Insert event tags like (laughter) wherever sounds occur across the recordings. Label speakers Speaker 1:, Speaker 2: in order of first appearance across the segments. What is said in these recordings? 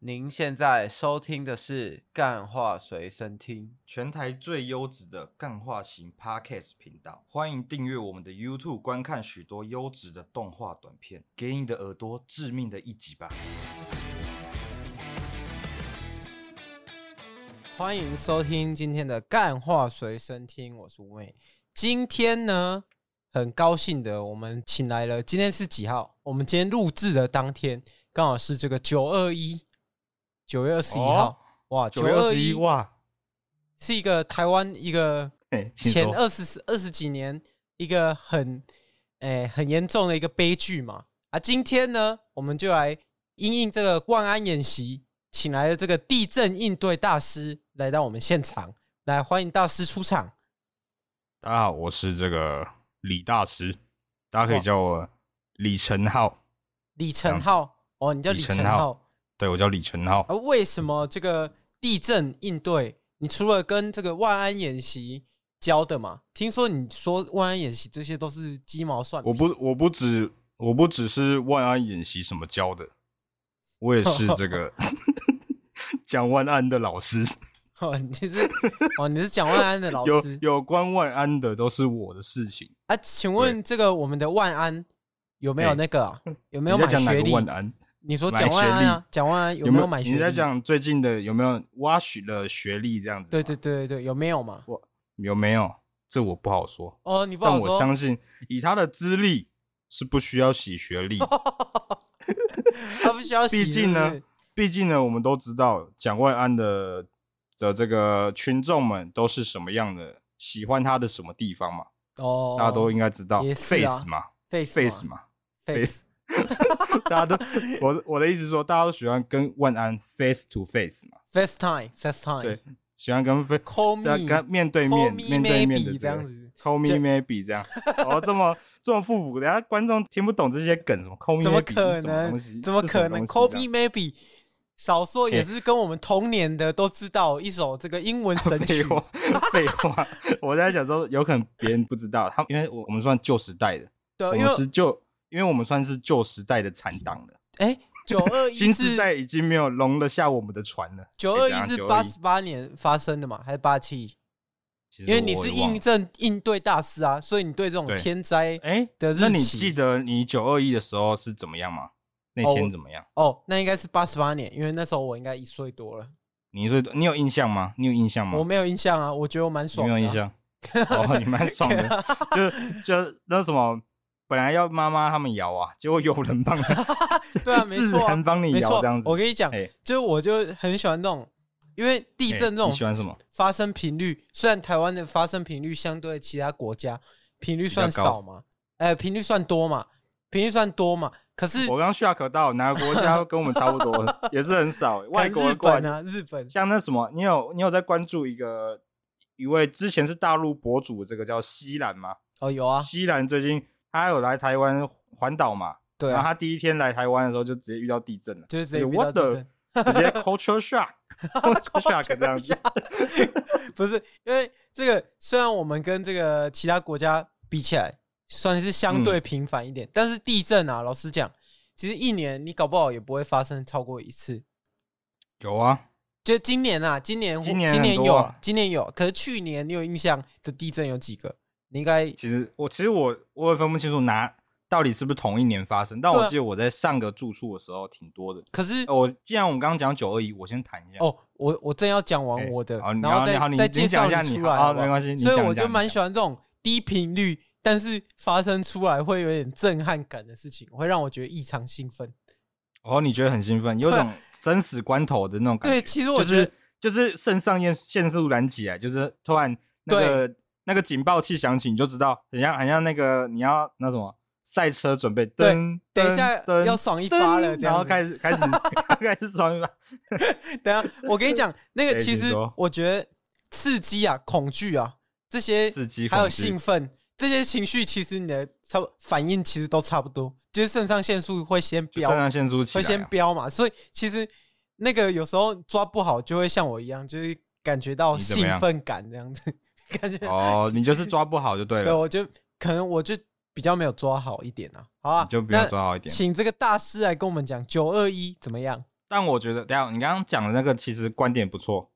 Speaker 1: 您现在收听的是《干话随身听
Speaker 2: 全台最优质的干化型 Podcast 频道，欢迎订阅我们的 YouTube，观看许多优质的动画短片，给你的耳朵致命的一击吧！》，
Speaker 1: 欢迎收听今天的《干话随身听》，我是吴妹。今天呢，很高兴的，我们请来了。今天是几号？我们今天录制的当天，刚好是这个九二一，九月二十一号。哇，
Speaker 2: 哦啊九月二十一
Speaker 1: 921
Speaker 2: 哇，
Speaker 1: 是一个台湾一个
Speaker 2: 嘿请
Speaker 1: 前
Speaker 2: 说
Speaker 1: 二十二十几年一个很诶、很严重的一个悲剧嘛。啊，今天呢，我们就来因应这个万安演习，请来的这个地震应对大师来到我们现场，来欢迎大师出场。
Speaker 3: 大家好，我是这个李大师，大家可
Speaker 1: 哇
Speaker 3: 以叫我李晨浩，
Speaker 1: 李晨浩，哦，你叫李
Speaker 3: 李
Speaker 1: 晨
Speaker 3: 晨
Speaker 1: 浩
Speaker 3: 浩，对我叫李晨浩。
Speaker 2: 哦
Speaker 1: 啊，为什么这个地震应对，你除了跟这个万安演习教的嘛？听说你说万安演习这些都是鸡毛蒜皮
Speaker 3: 我不我不只我不只是万安演习什么教的，我也是
Speaker 2: (laughs)
Speaker 3: 这个讲万安的老师，
Speaker 1: (laughs) 哦，你是哦，你是蒋万安的老
Speaker 3: (laughs) 有
Speaker 1: 师
Speaker 3: 有关万安的都是我的事情。
Speaker 1: 啊？请问这个我们的万安有没有
Speaker 3: 哎
Speaker 1: 那个啊？有没
Speaker 3: 你
Speaker 1: 有买
Speaker 3: 在讲哪
Speaker 1: 学
Speaker 3: 个
Speaker 1: 历？
Speaker 3: 万安？
Speaker 1: 你说
Speaker 3: 买
Speaker 1: 蒋万
Speaker 3: 学
Speaker 1: 安
Speaker 3: 历
Speaker 1: 啊？蒋万安有
Speaker 3: 没
Speaker 1: 没有买学历？
Speaker 3: 你在讲最近的有没有挖取了学历这样子？
Speaker 1: 对对，对对对，有没有嘛？
Speaker 3: 有没有？这我不好说，
Speaker 1: 哦，你不好
Speaker 3: 但我
Speaker 1: 说。
Speaker 3: 相信以他的资历是不需要洗学历。
Speaker 1: 他不需要洗，
Speaker 3: (laughs) 毕竟
Speaker 1: 是不
Speaker 3: 呢
Speaker 1: 是，
Speaker 3: (laughs) 毕竟呢，我们都知道蒋万安的的这个群众们都是什么样的，喜欢他的什么地方嘛，
Speaker 1: 哦，
Speaker 3: 大家都应该知道、
Speaker 1: 也是啊
Speaker 3: face 嘛
Speaker 1: face
Speaker 3: ，face
Speaker 1: 嘛
Speaker 3: 嘛，
Speaker 1: face，
Speaker 3: 大家都我我的意思是说，大家都喜欢跟万安 face to face 嘛，
Speaker 1: FaceTime，FaceTime，
Speaker 3: 对喜欢跟 face
Speaker 1: ，Call
Speaker 3: 在
Speaker 1: me，
Speaker 3: 跟面对
Speaker 1: call
Speaker 3: 面
Speaker 1: me
Speaker 3: 面对面
Speaker 1: maybe
Speaker 3: 的
Speaker 1: 这样
Speaker 3: 个
Speaker 1: 子
Speaker 3: ，call me
Speaker 1: 这
Speaker 3: maybe 这样，哦，这么这么复古，等下观众听不懂这些梗，什么 call me
Speaker 1: 怎么
Speaker 3: maybe
Speaker 1: 可
Speaker 3: 是什么
Speaker 1: 能
Speaker 3: 东西？
Speaker 1: 怎么
Speaker 3: 是什
Speaker 1: 可能
Speaker 3: 东西啊
Speaker 1: ？Call
Speaker 3: 这样
Speaker 1: me maybe，少说也
Speaker 3: 哎
Speaker 1: 是跟我们同年的都知道一首这个英文神
Speaker 3: (laughs) 废
Speaker 1: 曲。
Speaker 3: 话，废话！我在想说，有可能别人不知道，他因为我我们算旧时代的，我
Speaker 1: 呃对，因
Speaker 3: 们是
Speaker 1: 为
Speaker 3: 旧，因为我们算是旧时代的残党了，
Speaker 1: 哎，九二一
Speaker 3: 新时
Speaker 1: 是
Speaker 3: 代已经没有容得下我们的船了。
Speaker 1: 九
Speaker 3: 哎
Speaker 1: 二一是八，
Speaker 3: 怎样921
Speaker 1: 十八年发生的嘛，还是八七？
Speaker 3: 其实
Speaker 1: 因为你
Speaker 3: 我
Speaker 1: 是
Speaker 3: 也忘
Speaker 1: 应
Speaker 3: 了
Speaker 1: 证应对大师啊，所以你对这种
Speaker 3: 对
Speaker 1: 天灾
Speaker 3: 哎
Speaker 1: 的日
Speaker 3: 那你
Speaker 1: 期
Speaker 3: 记得你九二一的时候是怎么样吗？那
Speaker 1: 哦我
Speaker 3: 天怎么样？
Speaker 1: 哦，那应该是八十八年，因为那时候我应该一岁多了，
Speaker 3: 你是你有印象吗？你有印象吗？
Speaker 1: 我没有印象啊，我觉得我蛮
Speaker 3: 你
Speaker 1: 爽
Speaker 3: 嗯没
Speaker 1: 的啊，
Speaker 3: 有印
Speaker 1: (laughs)
Speaker 3: 象，哦，你蛮爽的。就是就是那什么，本来要妈妈他们摇啊，结果有人帮你，
Speaker 1: (laughs) 对啊，没
Speaker 3: 自
Speaker 1: 错啊，
Speaker 3: 然帮你
Speaker 1: 没
Speaker 3: 摇
Speaker 1: 错
Speaker 3: 这样，子。
Speaker 1: 我跟你讲，
Speaker 3: 哎
Speaker 1: 就是我就很喜欢那种，因为地震这
Speaker 3: 哎
Speaker 1: 种
Speaker 3: 你喜欢什么？
Speaker 1: 发生频率，虽然台湾的发生频率相对其他国家频率算
Speaker 3: 比较
Speaker 1: 少
Speaker 3: 高
Speaker 1: 嘛，呃，频率算多嘛，频率算多嘛，可是
Speaker 3: 我刚 shock 到哪个国
Speaker 1: (laughs)
Speaker 3: 家跟我们差不多，也是很少欸、
Speaker 1: 可能
Speaker 3: 外国
Speaker 1: 日
Speaker 3: 人过来
Speaker 1: 本啊，日本
Speaker 3: 像那什么，你有你有在关注一个一位之前是大陆博主，这个叫西兰吗？
Speaker 1: 哦有啊，
Speaker 3: 西兰最近他有来台湾环岛嘛？
Speaker 1: 对
Speaker 3: 然后
Speaker 1: 啊，
Speaker 3: 他第一天来台湾的时候就直接遇到地震了，
Speaker 1: 就是直接
Speaker 3: 我
Speaker 1: 遇到
Speaker 3: 哎 what
Speaker 1: 地
Speaker 3: the
Speaker 1: 震，
Speaker 3: 直接
Speaker 1: (laughs)
Speaker 3: culture shock。culture shock 这样子，
Speaker 1: 不是因为这个，虽然我们跟这个其他国家比起来算是相
Speaker 3: 嗯
Speaker 1: 对频繁一点，但是地震啊，老实讲，其实一年你搞不好也不会发生超过一次。
Speaker 3: 有啊，
Speaker 1: 就今年啊，今年
Speaker 3: 今年
Speaker 1: 今年
Speaker 3: 很
Speaker 1: 有
Speaker 3: 多啊
Speaker 1: 啊，今年有，可是去年你有印象的地震有几个？你应该
Speaker 3: 其实我其实我我也分不清楚哪到底是不是同一年发生，但
Speaker 1: 对
Speaker 3: 我
Speaker 1: 啊
Speaker 3: 记得我在上个住处的时候挺多的。
Speaker 1: 可是
Speaker 3: 呃我既然我们刚刚讲九二一，我先谈一下。
Speaker 1: 哦，我我正要讲完
Speaker 3: 哎
Speaker 1: 我的，
Speaker 3: 好你
Speaker 1: 然后
Speaker 3: 好你
Speaker 1: 再
Speaker 3: 好你
Speaker 1: 再
Speaker 3: 你
Speaker 1: 介
Speaker 3: 讲
Speaker 1: 绍
Speaker 3: 一下你
Speaker 1: 出
Speaker 3: 好
Speaker 1: 来，
Speaker 3: 好
Speaker 1: 好不好
Speaker 3: 没关系你
Speaker 1: 所以
Speaker 3: 讲
Speaker 1: 我
Speaker 3: 你
Speaker 1: 就
Speaker 3: 讲你
Speaker 1: 蛮
Speaker 3: 讲
Speaker 1: 喜欢这种低频率，但是发生出来会有点震撼感的事情，会让我觉得异常兴奋。
Speaker 3: 哦，你觉得很兴奋，有
Speaker 1: 对啊
Speaker 3: 种生死关头的那种感觉。
Speaker 1: 对，其实我
Speaker 3: 就
Speaker 1: 觉得
Speaker 3: 是就是肾上腺腺素燃起来，就是突然那个那个警报器响起，你就知道，很像很像那个你要那什么赛车准备，
Speaker 1: 对
Speaker 3: 噔，
Speaker 1: 等一
Speaker 3: 噔
Speaker 1: 下
Speaker 3: 噔
Speaker 1: 要爽一发了
Speaker 3: 噔
Speaker 1: 这样子
Speaker 3: 然后开始开始 (laughs) 开始爽一发。
Speaker 1: 等一下，我跟你
Speaker 3: (laughs)
Speaker 1: 讲，那个
Speaker 3: 哎
Speaker 1: 其
Speaker 3: 请
Speaker 1: 实
Speaker 3: 说
Speaker 1: 我觉得刺激啊、恐惧啊这些
Speaker 3: (laughs) 刺激
Speaker 1: 还有
Speaker 3: 恐惧
Speaker 1: 兴奋这些情绪，其实你的差不反应其实都差不多，就是肾上腺素会先
Speaker 3: 就
Speaker 1: 飙
Speaker 3: 肾，上腺素起
Speaker 1: 会
Speaker 3: 来
Speaker 1: 先
Speaker 3: 啊，
Speaker 1: 飙嘛，所以其实那个有时候抓不好，就会像我一样，就是感觉到
Speaker 3: 你怎么
Speaker 1: 兴
Speaker 3: 样
Speaker 1: 奋感这样子， (laughs) 感觉
Speaker 3: 哦，你就是抓不好就对
Speaker 1: 对，
Speaker 3: 了，
Speaker 1: 我就可能我就比较没有抓好一点啊，好啊，
Speaker 3: 你就不
Speaker 1: 那
Speaker 3: 用抓好一点。
Speaker 1: 请这个大师来跟我们讲九二一怎么样？
Speaker 3: 但我觉得，等一下你刚刚讲的那个其实观点不错，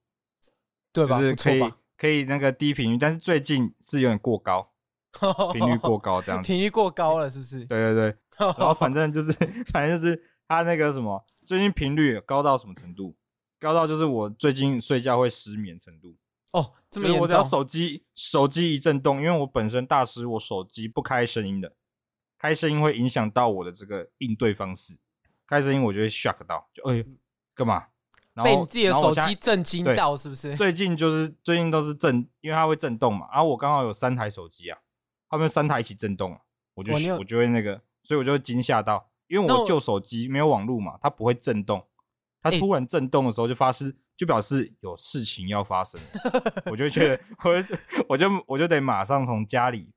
Speaker 1: 对吧？
Speaker 3: 就是
Speaker 1: 不
Speaker 3: 可
Speaker 1: 错
Speaker 3: 以
Speaker 1: 吧？
Speaker 3: 可以那个低频率，但是最近是有点过高，
Speaker 1: 哦
Speaker 3: 频率
Speaker 1: (laughs)
Speaker 3: 过高这样子。
Speaker 1: 频率过高了，是不 (laughs) 是？
Speaker 3: 对对对，
Speaker 1: 哦
Speaker 3: 然后反正就是 (laughs) 反正就是他那个什么，最近频率高到什么程度？高到就是我最近睡觉会失眠程度。
Speaker 1: 哦，这么
Speaker 3: 就是
Speaker 1: 严
Speaker 3: 我只要
Speaker 1: 重，
Speaker 3: 手机手机一震动，因为我本身大师，我手机不开声音的，开声音会影响到我的这个应对方式。开声音我就会 shock 到，就哎呦干嘛？然后
Speaker 1: 被你自己的
Speaker 3: 然后
Speaker 1: 手
Speaker 3: 我现
Speaker 1: 机
Speaker 3: 在
Speaker 1: 震惊
Speaker 3: 对
Speaker 1: 到，是不是？
Speaker 3: 最近就是最近都是震，因为它会震动嘛。然、后我刚好有三台手机啊，他们三台一起震动啊，我就
Speaker 1: 哇你有
Speaker 3: 我就会那个，所以我就会惊吓到，因为
Speaker 1: 那
Speaker 3: 我
Speaker 1: 我
Speaker 3: 旧手机没有网络嘛，它不会震动，它
Speaker 1: 欸
Speaker 3: 突然震动的时候就发誓，就表示有事情要发生，
Speaker 1: (laughs)
Speaker 3: 我就觉得 (laughs) 我就我就我就得马上从家里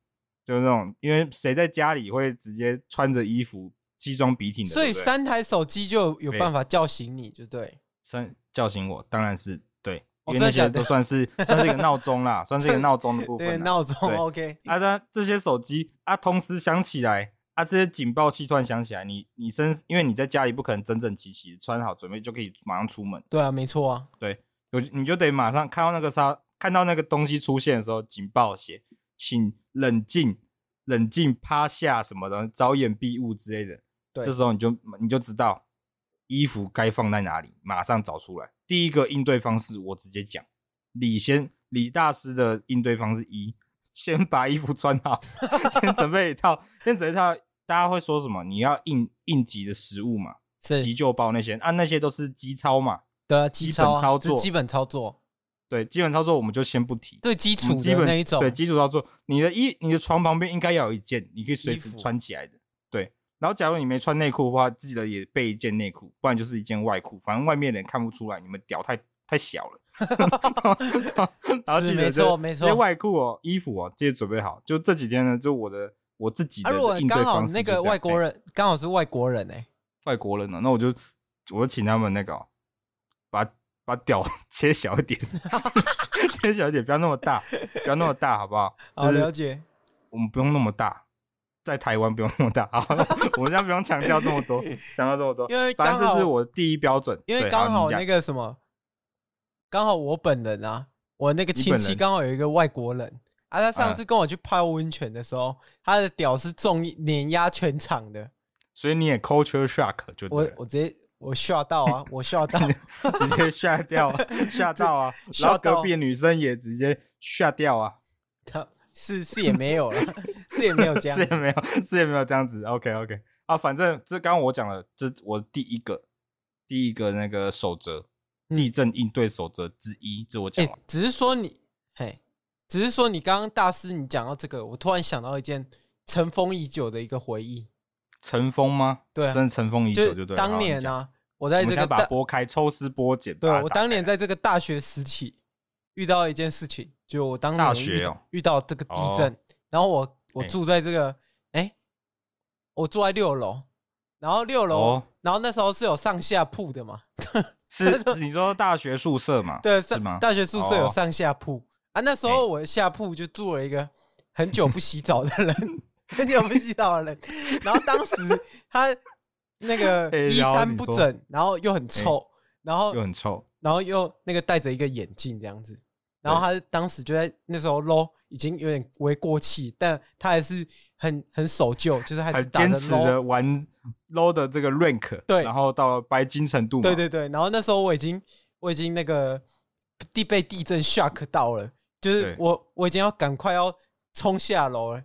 Speaker 3: 就是那种，因为谁在家里会直接穿着衣服西装笔挺的，
Speaker 1: 所以
Speaker 3: 对不对
Speaker 1: 三台手机就有有办法叫醒你，就对。
Speaker 3: 三叫醒我，当然是对，
Speaker 1: 哦
Speaker 3: 因为那
Speaker 1: 真的假
Speaker 3: 些
Speaker 1: 的
Speaker 3: 都算是算是一个闹钟啦，算是一个闹钟的部
Speaker 1: (laughs) 对，
Speaker 3: 分啦。
Speaker 1: 闹钟
Speaker 3: 对
Speaker 1: OK，
Speaker 3: 啊，那这些手机啊，同时响起来啊，这些警报器突然响起来，你你身因为你在家里不可能整整齐齐穿好准备就可以马上出门，
Speaker 1: 对啊，没错啊，
Speaker 3: 有你就得马上看到那个啥，看到那个东西出现的时候，警报写请冷静。冷静趴下什么的，找眼避物之类的。
Speaker 1: 对
Speaker 3: 这时候你就你就知道衣服该放在哪里，马上找出来。第一个应对方式，我直接讲，李先李大师的应对方式一，先把衣服穿好， (laughs) 先准备一套，先准备一套。大家会说什么？你要应应急的食物嘛，急
Speaker 1: 是
Speaker 3: 救包那些啊，那些都是机操嘛。
Speaker 1: 的
Speaker 3: 基
Speaker 1: 基
Speaker 3: 本
Speaker 1: 操啊
Speaker 3: 操
Speaker 1: 这
Speaker 3: 作
Speaker 1: 基本操作，
Speaker 3: 对，基本操作我们就先不提。
Speaker 1: 最基
Speaker 3: 我
Speaker 1: 础
Speaker 3: 们基
Speaker 1: 的
Speaker 3: 本
Speaker 1: 那一种
Speaker 3: 对，基础操作，你的衣你的床旁边应该要有一件，你可以随
Speaker 1: 衣
Speaker 3: 时
Speaker 1: 服
Speaker 3: 穿起来的。对，然后假如你没穿内裤的话，记得也备一件内裤，不然就是一件外裤，反正外面的人看不出来，你们屌太太小了。
Speaker 1: (laughs)
Speaker 3: (laughs) 然后
Speaker 1: 是
Speaker 3: 记得
Speaker 1: 没
Speaker 3: 就
Speaker 1: 错没错
Speaker 3: 那些外裤哦、衣服哦，记得准备好。就这几天呢，就我的我自己
Speaker 1: 啊，
Speaker 3: 的
Speaker 1: 如果
Speaker 3: 应对
Speaker 1: 刚好
Speaker 3: 方式
Speaker 1: 那
Speaker 3: 就这
Speaker 1: 个
Speaker 3: 样
Speaker 1: 外国
Speaker 3: 哎
Speaker 1: 人刚好是外国人哎，
Speaker 3: 外国人呢、啊 (laughs) 那我就我就请他们那个、哦、把把屌 (laughs) 切小一点，切小一点，不要那么大，不要那么大，好不好？
Speaker 1: (laughs) 好
Speaker 3: 就是
Speaker 1: 了解，
Speaker 3: 我们不用那么大，在台湾不用那么大， (laughs) 好，我们现在不用强调这么多，
Speaker 1: (laughs)
Speaker 3: 强调这么多，
Speaker 1: 因为
Speaker 3: 反
Speaker 1: 刚
Speaker 3: 正这
Speaker 1: 好
Speaker 3: 是我第一标准，
Speaker 1: 因为
Speaker 3: 对
Speaker 1: 刚好
Speaker 3: 你讲
Speaker 1: 那个什么，刚好我本人啊，我那个亲
Speaker 3: 你本
Speaker 1: 戚
Speaker 3: 人
Speaker 1: 刚好有一个外国人啊，他上
Speaker 3: 啊
Speaker 1: 次跟我去泡温泉的时候，他的屌是重碾压全场的，
Speaker 3: 所以你也 culture shock 就对
Speaker 1: 我
Speaker 3: 了
Speaker 1: 我直接我吓到啊，我吓
Speaker 3: (laughs)
Speaker 1: 到，
Speaker 3: 直接吓
Speaker 1: (laughs)
Speaker 3: 掉啊，吓到啊，
Speaker 1: 吓
Speaker 3: 然后
Speaker 1: 到
Speaker 3: 隔壁的女生也直接吓掉啊，
Speaker 1: 他是是也没有了，是也没 (laughs) 有这样
Speaker 3: (laughs) 是，也没有，是也没有这样子。OK OK 啊，反正这刚刚我讲了，这我第一个第一个那个守则，地
Speaker 1: 嗯
Speaker 3: 震应对守则之一，这我讲
Speaker 1: 哎、
Speaker 3: 完。
Speaker 1: 只是说你，嘿，只是说你刚刚大师你讲到这个，我突然想到一件尘封已久的一个回忆，
Speaker 3: 尘封吗？
Speaker 1: 对啊
Speaker 3: 真的尘封已久，就对了。
Speaker 1: 当年
Speaker 3: 啊，
Speaker 1: 啊，我
Speaker 3: 我
Speaker 1: 在
Speaker 3: 们
Speaker 1: 这
Speaker 3: 现
Speaker 1: 个
Speaker 3: 在把它
Speaker 1: 大，
Speaker 3: 剥开，抽丝剥茧。
Speaker 1: 对啊
Speaker 3: 把它
Speaker 1: 我
Speaker 3: 打
Speaker 1: 当年
Speaker 3: 开
Speaker 1: 在
Speaker 3: 来
Speaker 1: 这个大学时期遇到一件事情，就我当年
Speaker 3: 大学
Speaker 1: 遇到
Speaker 3: 哦
Speaker 1: 遇到这个地震，然后我我
Speaker 3: 哎
Speaker 1: 住在这个，哎、我住在六楼，然后六楼，
Speaker 3: 哦
Speaker 1: 然后那时候是有上下铺的嘛，
Speaker 3: 是你说大学宿舍嘛？
Speaker 1: (laughs) 对，啊
Speaker 3: 是
Speaker 1: 上
Speaker 3: 吗？
Speaker 1: 大学宿舍有
Speaker 3: 哦哎
Speaker 1: 上下铺、啊，那时候我的下铺就住了一个很久不洗澡的人，
Speaker 3: (laughs)
Speaker 1: 很久不洗澡的人。然后当时他那个
Speaker 3: (laughs) 哎
Speaker 1: 衣
Speaker 3: 然后
Speaker 1: 衫
Speaker 3: 你
Speaker 1: 不
Speaker 3: 说哎
Speaker 1: 整，然后又很臭，然后
Speaker 3: 又很臭，
Speaker 1: 然后又那个戴着一个眼镜这样子，然后他当时就在那时候 low 已经有点微过气，但他还是很很守旧，就是还是
Speaker 3: 很
Speaker 1: 打着
Speaker 3: 坚持
Speaker 1: low
Speaker 3: 的玩 low 的这个 rank，
Speaker 1: 对
Speaker 3: 然后到白金
Speaker 1: (laughs)
Speaker 3: 程度嘛，
Speaker 1: 对对对，然后那时候我已经我已经那个地被地震 shock 到了，就是
Speaker 3: 对
Speaker 1: 我我已经要赶快要冲下楼了。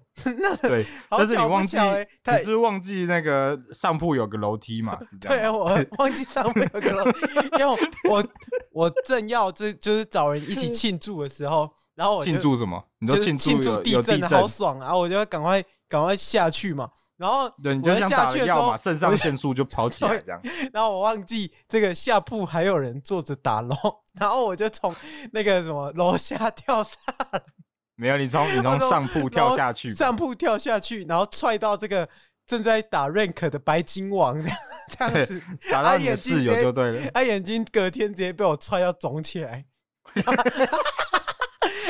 Speaker 3: 对。
Speaker 1: 好
Speaker 3: 但是你
Speaker 1: 巧不
Speaker 3: 忘记，
Speaker 1: 巧欸
Speaker 3: 你
Speaker 1: 他
Speaker 3: 是不是忘记那个上铺有个楼梯嘛？是
Speaker 1: (laughs)
Speaker 3: 这样吗。
Speaker 1: 对我忘记上面有个楼，因为我 (laughs) 我我正要这就是找人一起庆祝的时候，然后我哦就
Speaker 3: 庆祝什么？你
Speaker 1: 就
Speaker 3: 说
Speaker 1: 是
Speaker 3: 庆
Speaker 1: 庆
Speaker 3: 有
Speaker 1: 祝
Speaker 3: 有
Speaker 1: 震
Speaker 3: 震
Speaker 1: 的好爽啊！我就要赶快赶快下去嘛，然后
Speaker 3: 对，你
Speaker 1: 我
Speaker 3: 就
Speaker 1: 在
Speaker 3: 像
Speaker 1: 下
Speaker 3: 打
Speaker 1: 去的
Speaker 3: 了
Speaker 1: 时
Speaker 3: 药
Speaker 1: 候
Speaker 3: 嘛，肾上腺素就跑起来这样。
Speaker 1: 然后我忘记这个下铺还有人坐着打楼， (laughs) 然后我就从那个什么楼下跳上
Speaker 3: 没有，你从
Speaker 1: (laughs)
Speaker 3: 你
Speaker 1: 我
Speaker 3: 从
Speaker 1: 从
Speaker 3: 上铺 (laughs) 跳下去
Speaker 1: 然，后上铺跳下去，然后踹到这个正在打 rank 的白金王， (laughs) 这样
Speaker 3: (laughs)
Speaker 1: 子，
Speaker 3: 打到
Speaker 1: 他
Speaker 3: 你的
Speaker 1: 眼睛
Speaker 3: 室友
Speaker 1: 直接
Speaker 3: 就对了。
Speaker 1: 他眼睛隔天直接被我踹到肿起来。 (laughs)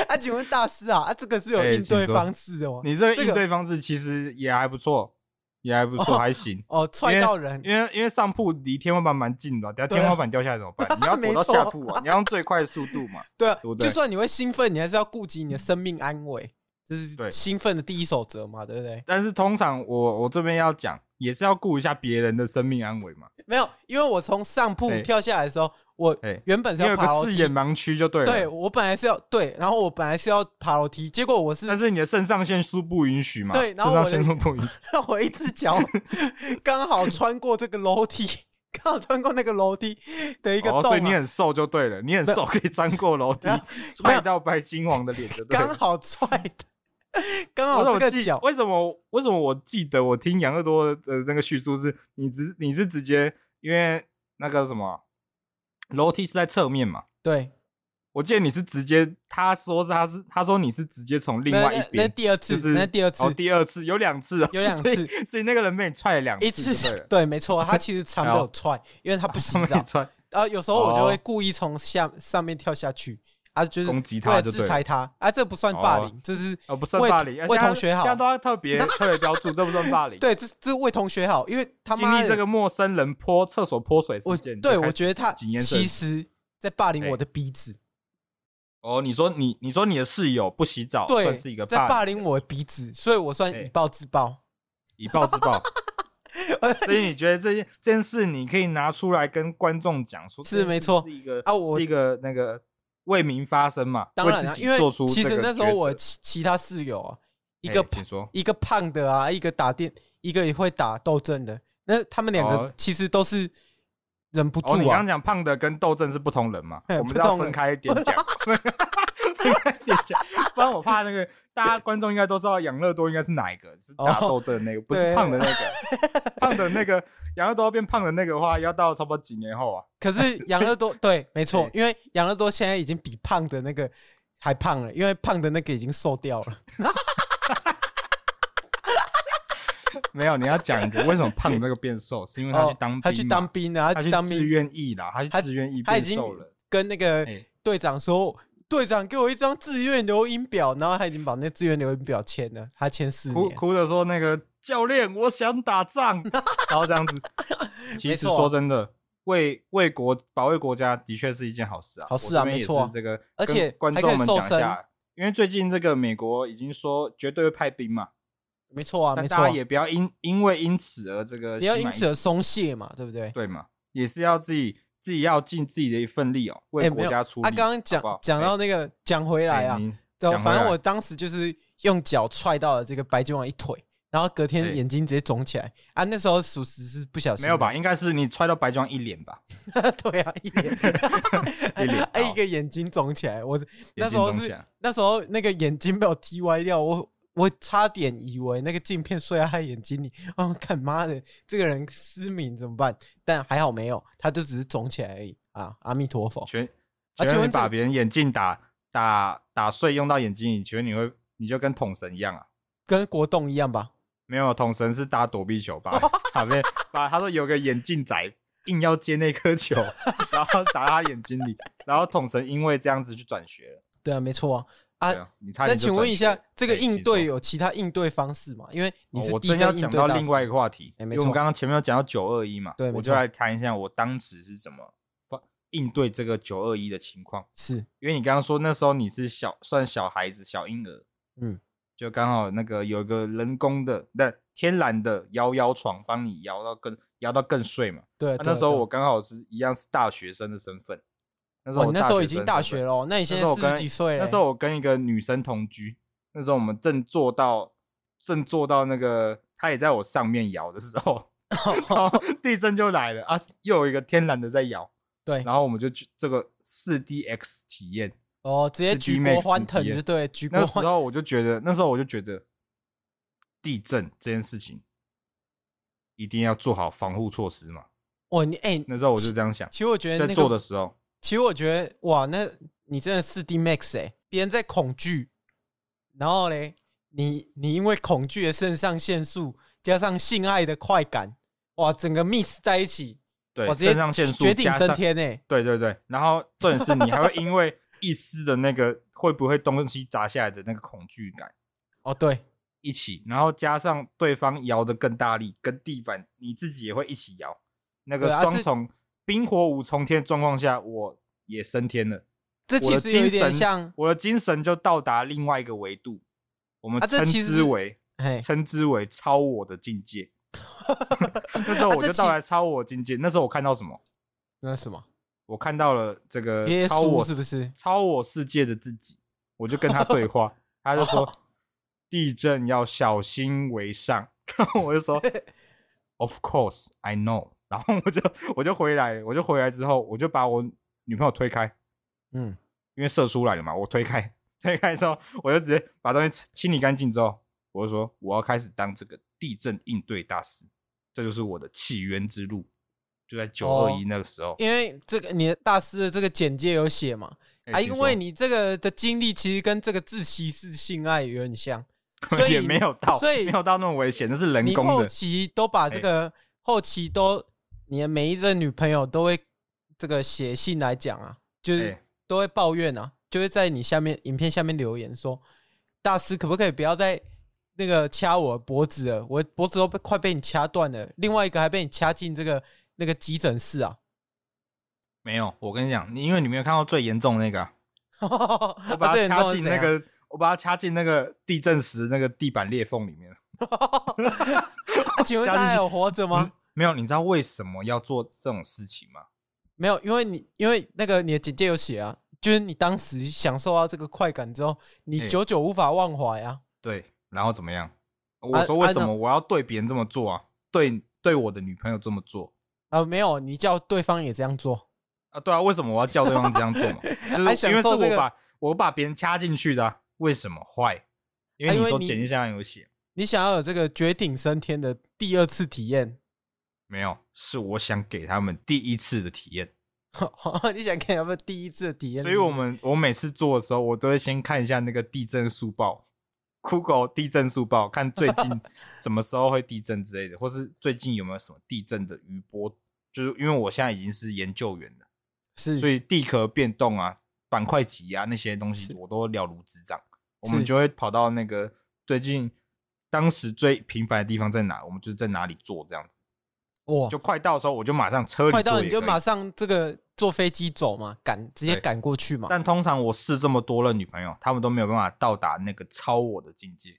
Speaker 1: 啊，请问大师啊，啊，这个是有
Speaker 3: 哎
Speaker 1: 应对
Speaker 3: 请说
Speaker 1: 方式的吗？
Speaker 3: 你这个
Speaker 1: 这
Speaker 3: 应
Speaker 1: 个
Speaker 3: 对方式其实也还不错，也还不错，还行。
Speaker 1: 哦，踹到人，
Speaker 3: 因为因为上铺离天花板蛮近的，等下
Speaker 1: 对啊 (laughs)
Speaker 3: 天花板掉下来怎么办？你要
Speaker 1: 没
Speaker 3: 躲到
Speaker 1: 错
Speaker 3: 下铺啊，你要用最快的速度嘛。
Speaker 1: 对啊
Speaker 3: 对不，对
Speaker 1: 就算你会兴奋，你还是要顾及你的生命安危，这是
Speaker 3: 对
Speaker 1: 兴奋的第一守则嘛，对不对？
Speaker 3: 但是通常我我这边要讲，也是要顾一下别人的生命安危嘛，
Speaker 1: 没有，因为我从上铺
Speaker 3: 哎
Speaker 1: 跳下来的时候，我
Speaker 3: 哎
Speaker 1: 原本是
Speaker 3: 你
Speaker 1: 要
Speaker 3: 有一
Speaker 1: 爬
Speaker 3: 个
Speaker 1: 楼
Speaker 3: 视
Speaker 1: 梯，
Speaker 3: 野盲区就对了。
Speaker 1: 对我本来是要对，然后我本来是要爬楼梯，结果我是 (laughs)
Speaker 3: 但是你的肾上腺素不允许嘛？
Speaker 1: 对然后
Speaker 3: 肾
Speaker 1: 我
Speaker 3: 上
Speaker 1: 的
Speaker 3: 腺素不允许。
Speaker 1: 我一只
Speaker 3: (laughs)
Speaker 1: 脚刚好穿过这个楼梯， (laughs) 刚好穿过那个楼梯的一个
Speaker 3: 哦，
Speaker 1: 洞、
Speaker 3: 所以
Speaker 1: 啊
Speaker 3: 你很瘦就对了，你很瘦可以穿过楼梯
Speaker 1: 没有，
Speaker 3: (laughs) 踹到白金王的脸就对
Speaker 1: 刚
Speaker 3: 了。
Speaker 1: 好踹的， (laughs) 刚
Speaker 3: 我
Speaker 1: 好
Speaker 3: 怎
Speaker 1: 这
Speaker 3: 么
Speaker 1: 个
Speaker 3: 记
Speaker 1: 脚？
Speaker 3: 为什么？为什么我记得我听杨乐多的那个叙述是，你直你是直接因为那个什么楼梯是在侧面嘛？
Speaker 1: 对，
Speaker 3: 我记得你是直接，他说他是他说你是直接从另
Speaker 1: 那
Speaker 3: 外一
Speaker 1: 那那
Speaker 3: 边，
Speaker 1: 第二
Speaker 3: 就
Speaker 1: 次，
Speaker 3: 是
Speaker 1: 那第二次，
Speaker 3: 哦，第二次有两次哦，
Speaker 1: 有两次
Speaker 3: (laughs) 所以所以那个人被你踹了两
Speaker 1: 一
Speaker 3: 次
Speaker 1: 次
Speaker 3: 就对
Speaker 1: 是
Speaker 3: 了，
Speaker 1: 对，没错，他其实
Speaker 3: (laughs)
Speaker 1: 常被我踹，因为他不洗
Speaker 3: 他 (laughs) 没
Speaker 1: 澡，
Speaker 3: 踹，
Speaker 1: 然后有时候我就会
Speaker 3: 哦
Speaker 1: 故意从下上面跳下去，啊，就是
Speaker 3: 攻击
Speaker 1: 为
Speaker 3: 他
Speaker 1: 了
Speaker 3: 就
Speaker 1: 制
Speaker 3: 对
Speaker 1: 裁他，啊，这不算霸凌，这是
Speaker 3: 哦，不算
Speaker 1: 为
Speaker 3: 霸凌，而且
Speaker 1: 为
Speaker 3: 他
Speaker 1: 同学好
Speaker 3: 现在都要特
Speaker 1: (laughs)
Speaker 3: 别特别标注，这不算霸凌。
Speaker 1: 对，这这为同学好，因为他
Speaker 3: 经
Speaker 1: 妈
Speaker 3: 历
Speaker 1: 的
Speaker 3: 这个陌生人泼厕所泼水
Speaker 1: 我
Speaker 3: 事件，
Speaker 1: 对
Speaker 3: 就开
Speaker 1: 我
Speaker 3: 始
Speaker 1: 觉得他
Speaker 3: 谨言慎
Speaker 1: 其
Speaker 3: 行
Speaker 1: 实在霸凌我的鼻子，
Speaker 3: 哦，你说你你说你的室友不洗澡，
Speaker 1: 对，
Speaker 3: 哦算是一个
Speaker 1: 在
Speaker 3: 霸
Speaker 1: 霸凌我的鼻子，所以我算
Speaker 3: 哎
Speaker 1: 以暴制暴。
Speaker 3: 以暴制
Speaker 1: (laughs)
Speaker 3: 暴。
Speaker 1: 呃
Speaker 3: 所以你觉得这件这件事，你可以拿出来跟观众讲说，
Speaker 1: 是
Speaker 3: 这件事
Speaker 1: 没错
Speaker 3: 是一个
Speaker 1: 啊我
Speaker 3: 是一个那个为民发声嘛，
Speaker 1: 当然
Speaker 3: 为
Speaker 1: 啊，
Speaker 3: 自己
Speaker 1: 因为
Speaker 3: 做出
Speaker 1: 其
Speaker 3: 这
Speaker 1: 实
Speaker 3: 个
Speaker 1: 那时候我
Speaker 3: 抉择
Speaker 1: 其其他室友啊，一个
Speaker 3: 哎请说
Speaker 1: 一个胖的啊，一个打电，一个也会打斗阵的，那他们两个
Speaker 3: 哦
Speaker 1: 其实都是忍不
Speaker 3: 哦，你
Speaker 1: 住
Speaker 3: 刚
Speaker 1: 啊
Speaker 3: 刚。讲胖的跟斗阵是不同人嘛，
Speaker 1: 哎
Speaker 3: 我们
Speaker 1: 不
Speaker 3: 都要
Speaker 1: 同
Speaker 3: 分
Speaker 1: 人
Speaker 3: 开一点
Speaker 1: (laughs)
Speaker 3: 讲，分开一点讲，不然我怕那个大家观众应该都知道养乐多应该是哪一个，是打斗阵的那个，不是
Speaker 1: 对
Speaker 3: 胖的那
Speaker 1: 哦
Speaker 3: 个，胖的那个养乐多变胖的那个的话，要到差不多几年后啊，
Speaker 1: 可是养乐多 (laughs) 对，没错
Speaker 3: 对，
Speaker 1: 因为养乐多现在已经比胖的那个还胖了，因为胖的那个已经瘦掉了。
Speaker 3: 没有，你要讲一个为什么胖的那个变瘦，是因 (laughs) 为他去当兵嘛、
Speaker 1: 哦他去当兵了，
Speaker 3: 他
Speaker 1: 去当
Speaker 3: 志
Speaker 1: 兵，
Speaker 3: 愿役啦，他
Speaker 1: 他
Speaker 3: 去志愿役
Speaker 1: 他已
Speaker 3: 变
Speaker 1: 经
Speaker 3: 瘦了。
Speaker 1: 跟那个
Speaker 3: 哎
Speaker 1: 队长说：“队长给我一张自愿留营表。”然后他已经把那自愿留营表签了，他签四
Speaker 3: 哭
Speaker 1: 年。
Speaker 3: 哭着说：“那个教练，我想
Speaker 1: (laughs)
Speaker 3: 打仗。”然后这样子。其实
Speaker 1: 没错啊
Speaker 3: 说真的，为为国保卫国家的确是一件好事啊，
Speaker 1: 好事啊
Speaker 3: 我这边也
Speaker 1: 没错啊
Speaker 3: 是这个，
Speaker 1: 而且
Speaker 3: 观
Speaker 1: 还
Speaker 3: 众
Speaker 1: 可以
Speaker 3: 们
Speaker 1: 瘦
Speaker 3: 讲一
Speaker 1: 身
Speaker 3: 下，因为最近这个美国已经说绝对会派兵嘛，
Speaker 1: 没错啊，
Speaker 3: 但
Speaker 1: 没
Speaker 3: 大
Speaker 1: 错
Speaker 3: 家
Speaker 1: 啊，
Speaker 3: 也不要因因为因此而这个
Speaker 1: 你要
Speaker 3: 心
Speaker 1: 因
Speaker 3: 满
Speaker 1: 此
Speaker 3: 意
Speaker 1: 而松懈嘛，对不对？啊
Speaker 3: 对嘛，也是要自己自己要尽自己的一份力哦，为
Speaker 1: 哎没
Speaker 3: 国
Speaker 1: 有
Speaker 3: 家出力。
Speaker 1: 他刚刚
Speaker 3: 好不好
Speaker 1: 讲讲
Speaker 3: 哎
Speaker 1: 到那个讲回来啊
Speaker 3: 哎，你
Speaker 1: 对，
Speaker 3: 讲回
Speaker 1: 反正
Speaker 3: 来
Speaker 1: 我当时就是用脚踹到了这个白金王一腿，然后隔天
Speaker 3: 对
Speaker 1: 眼睛直接肿起来啊！那时候属实是不小心，
Speaker 3: 没有吧？？应该是你踹到白装一脸吧？
Speaker 1: 对啊，一脸，
Speaker 3: (laughs) 一脸
Speaker 1: (laughs) 哎
Speaker 3: 好
Speaker 1: 一个眼睛肿起来，我 (laughs) 那
Speaker 3: 眼
Speaker 1: 时
Speaker 3: 睛
Speaker 1: 候
Speaker 3: 肿起
Speaker 1: 是
Speaker 3: 来
Speaker 1: 那时候那个眼睛被我踢歪掉，我我差点以为那个镜片碎在他眼睛里，哦，干妈的，这个人失明怎么办？但还好没有，他就只是肿起来而已啊！阿弥陀佛，
Speaker 3: 请问，
Speaker 1: 啊
Speaker 3: 请
Speaker 1: 请
Speaker 3: 问
Speaker 1: 问
Speaker 3: 你
Speaker 1: 这
Speaker 3: 把
Speaker 1: 个
Speaker 3: 别人眼镜打打打碎用到眼睛里，请问你会你就跟桶神一样啊？
Speaker 1: 跟国栋一样吧？
Speaker 3: 没有，桶神是打躲避球吧？
Speaker 1: (laughs)
Speaker 3: 把别把他说有个眼镜仔硬要接那颗球，然后打他眼睛里，然后桶神因为这样子去转学了。
Speaker 1: 对啊，没错啊。啊
Speaker 3: 对啊，你差
Speaker 1: 那
Speaker 3: 点就
Speaker 1: 请问
Speaker 3: 转
Speaker 1: 一
Speaker 3: 学
Speaker 1: 下
Speaker 3: 了，
Speaker 1: 这个
Speaker 3: 哎
Speaker 1: 应
Speaker 3: 请
Speaker 1: 对
Speaker 3: 说
Speaker 1: 有其他应对方式吗？因为你
Speaker 3: 哦
Speaker 1: 是
Speaker 3: 我
Speaker 1: 地
Speaker 3: 真要
Speaker 1: 震应
Speaker 3: 讲
Speaker 1: 对
Speaker 3: 到
Speaker 1: 大
Speaker 3: 另
Speaker 1: 师
Speaker 3: 外一个话题，
Speaker 1: 哎
Speaker 3: 因
Speaker 1: 没
Speaker 3: 为我们
Speaker 1: 错
Speaker 3: 刚刚前面有讲到九二一嘛，
Speaker 1: 对没
Speaker 3: 我就
Speaker 1: 错
Speaker 3: 来谈一下我当时是怎么发应对这个九二一的情况。
Speaker 1: 是
Speaker 3: 因为你刚刚说那时候你是小算小孩子小婴儿，
Speaker 1: 嗯，
Speaker 3: 就刚好那个有一个人工的那天然的摇摇床帮你摇到更摇到更睡嘛。
Speaker 1: 对啊。
Speaker 3: 啊
Speaker 1: 对啊
Speaker 3: 那时候我
Speaker 1: 对啊
Speaker 3: 刚好是一样是大学生的身份，那时
Speaker 1: 哦
Speaker 3: 候我
Speaker 1: 你那时候已
Speaker 3: 生
Speaker 1: 经
Speaker 3: 的
Speaker 1: 大
Speaker 3: 身
Speaker 1: 学
Speaker 3: 份
Speaker 1: 了哦，那你现
Speaker 3: 那时
Speaker 1: 在
Speaker 3: 候
Speaker 1: 四
Speaker 3: 我
Speaker 1: 十
Speaker 3: 跟
Speaker 1: 几岁嘞？
Speaker 3: 那时候我跟一个女生同居，那时候我们正坐到正坐到那个她也在我上面摇的
Speaker 1: (laughs)
Speaker 3: 时候，然后地震就来了啊，又有一个天然的在摇，
Speaker 1: 对
Speaker 3: 然后我们就去这个四 D X 体验，
Speaker 1: 哦，直接
Speaker 3: 4D
Speaker 1: 举
Speaker 3: Max
Speaker 1: 国欢腾
Speaker 3: 体验
Speaker 1: 就对，举
Speaker 3: 那
Speaker 1: 国
Speaker 3: 时
Speaker 1: 欢
Speaker 3: 候我就觉得，那时候我就觉得地震这件事情一定要做好防护措施嘛。
Speaker 1: 哇，你哎、
Speaker 3: 那时候我就这样想，
Speaker 1: 其实我觉得
Speaker 3: 在
Speaker 1: 那
Speaker 3: 做
Speaker 1: 个，
Speaker 3: 的时候，
Speaker 1: 其实我觉得哇，那你真的四 D Max 哎、别人在恐惧，然后嘞，你你因为恐惧的肾上腺素加上性爱的快感，哇，整个 mix 在一起，
Speaker 3: 对
Speaker 1: 哇，直接
Speaker 3: 肾上腺素
Speaker 1: 绝顶
Speaker 3: 加
Speaker 1: 升
Speaker 3: 上，
Speaker 1: 天哎、
Speaker 3: 对对对，然后重点是你还会因为一丝的那个会不会东西砸下来的那个恐惧感，
Speaker 1: 哦对，
Speaker 3: 一起，然后加上对方摇的更大力，跟地板你自己也会一起摇，那个
Speaker 1: 对啊
Speaker 3: 双
Speaker 1: 这
Speaker 3: 重、冰火五重天的状况下，我也升天了，
Speaker 1: 这
Speaker 3: 我
Speaker 1: 其
Speaker 3: 的
Speaker 1: 实有
Speaker 3: 精
Speaker 1: 一点
Speaker 3: 神
Speaker 1: 像，
Speaker 3: 我的精神就到达另外一个维度，我们
Speaker 1: 啊这
Speaker 3: 称
Speaker 1: 其实
Speaker 3: 之为、
Speaker 1: 哎，
Speaker 3: 称之为超我的境界。 (laughs) 那时候
Speaker 1: 啊
Speaker 3: 我
Speaker 1: 这
Speaker 3: 就
Speaker 1: 其
Speaker 3: 到达超我境界，那时候我看到什么？
Speaker 1: 那什么
Speaker 3: 我看到了这个
Speaker 1: 耶
Speaker 3: 呃超我
Speaker 1: 稣是不是？
Speaker 3: 超我世界的自己，我就跟他对话，他
Speaker 1: (laughs)
Speaker 3: 就说地震要小心为上， (laughs) 然后我就
Speaker 1: (laughs)
Speaker 3: 说 Of course I know，然后我就我就回来了，我就回来之后，我就把我女朋友推开，
Speaker 1: 嗯，
Speaker 3: 因为射出来了嘛，我推开，推开之后，我就直接把东西清清理干净之后，我就说我要开始当这个地震应对大师，这就是我的起源之路，就在九二一那个时候，
Speaker 1: 哦因为这个你的大师的这个简介有写嘛，
Speaker 3: 哎
Speaker 1: 啊，
Speaker 3: 请
Speaker 1: 因
Speaker 3: 说
Speaker 1: 为
Speaker 3: (laughs)
Speaker 1: 你这个的经历其实跟这个自习室性爱有点像，所以
Speaker 3: 也没有到，
Speaker 1: 所以
Speaker 3: 没有到那么危险，那是人
Speaker 1: 你
Speaker 3: 工
Speaker 1: 后
Speaker 3: 的。哎
Speaker 1: 期都把这个后期都你的每一任女朋友都会这个写信来讲啊，就是
Speaker 3: 哎
Speaker 1: 都会抱怨啊，就会在你下面影片下面留言说，大师可不可以不要再那个掐我的脖子了，我的脖子都被快被你掐断了，另外一个还被你掐进这个那个急诊室啊， (laughs)
Speaker 3: 没有，我跟你讲，你因为你没有看到最严重的那个啊、
Speaker 1: 我啊
Speaker 3: 我把它掐进那个，我把它掐进那个地震时那个地板裂缝里面。
Speaker 1: 啊 (laughs) 请问
Speaker 3: 加进
Speaker 1: 他还
Speaker 3: 去
Speaker 1: 有活着吗
Speaker 3: 嗯？没有，你知道为什么要做这种事情吗？
Speaker 1: 没有，因为你因为那个你的简介有写啊，就是你当时享受到这个快感之后，你
Speaker 3: 哎
Speaker 1: 久久无法忘怀啊。
Speaker 3: 对，然后怎么样？我说为什么我要对别人这么做啊？对，对我的女朋友这么做
Speaker 1: 啊、没有，你叫对方也这样做，
Speaker 3: 啊？对啊，为什么我要叫对方这样做
Speaker 1: (laughs)
Speaker 3: 嘛？
Speaker 1: 还
Speaker 3: 就是
Speaker 1: 享
Speaker 3: 因为是
Speaker 1: 受这
Speaker 3: 我
Speaker 1: 个
Speaker 3: 把我把别人掐进去的啊、为什么坏？
Speaker 1: 啊
Speaker 3: 因为
Speaker 1: 因
Speaker 3: 你
Speaker 1: 为
Speaker 3: 说
Speaker 1: 你
Speaker 3: 简介上有写，
Speaker 1: 你想要有这个绝顶升天的第二次体验， (laughs)
Speaker 3: 没有，是我想给他们第一次的体验。
Speaker 1: 你想给他们第一次的体验，嗯
Speaker 3: 所以我们我每次做的时候，我都会先看一下那个地震速报，Google 地震速报，看最
Speaker 1: (laughs)
Speaker 3: 近什么时候会地震之类的，或是最近有没有什么地震的余波。就是因为我现在已经是研究员了，
Speaker 1: 是
Speaker 3: 所以地壳变动啊、板块挤压那些东西，我都了如指掌。我们
Speaker 1: 是
Speaker 3: 就会跑到那个最近当时最频繁的地方在哪，我们就在哪里做这样子。
Speaker 1: 哇
Speaker 3: 就，快到的时候，我就马上车里
Speaker 1: 哦快到
Speaker 3: 做
Speaker 1: 你
Speaker 3: 也
Speaker 1: 就
Speaker 3: 可以
Speaker 1: 马上这个坐飞机走嘛，赶直接
Speaker 3: 对
Speaker 1: 赶过去嘛。
Speaker 3: 但通常我试这么多任女朋友，她们都没有办法到达那个超我的境界，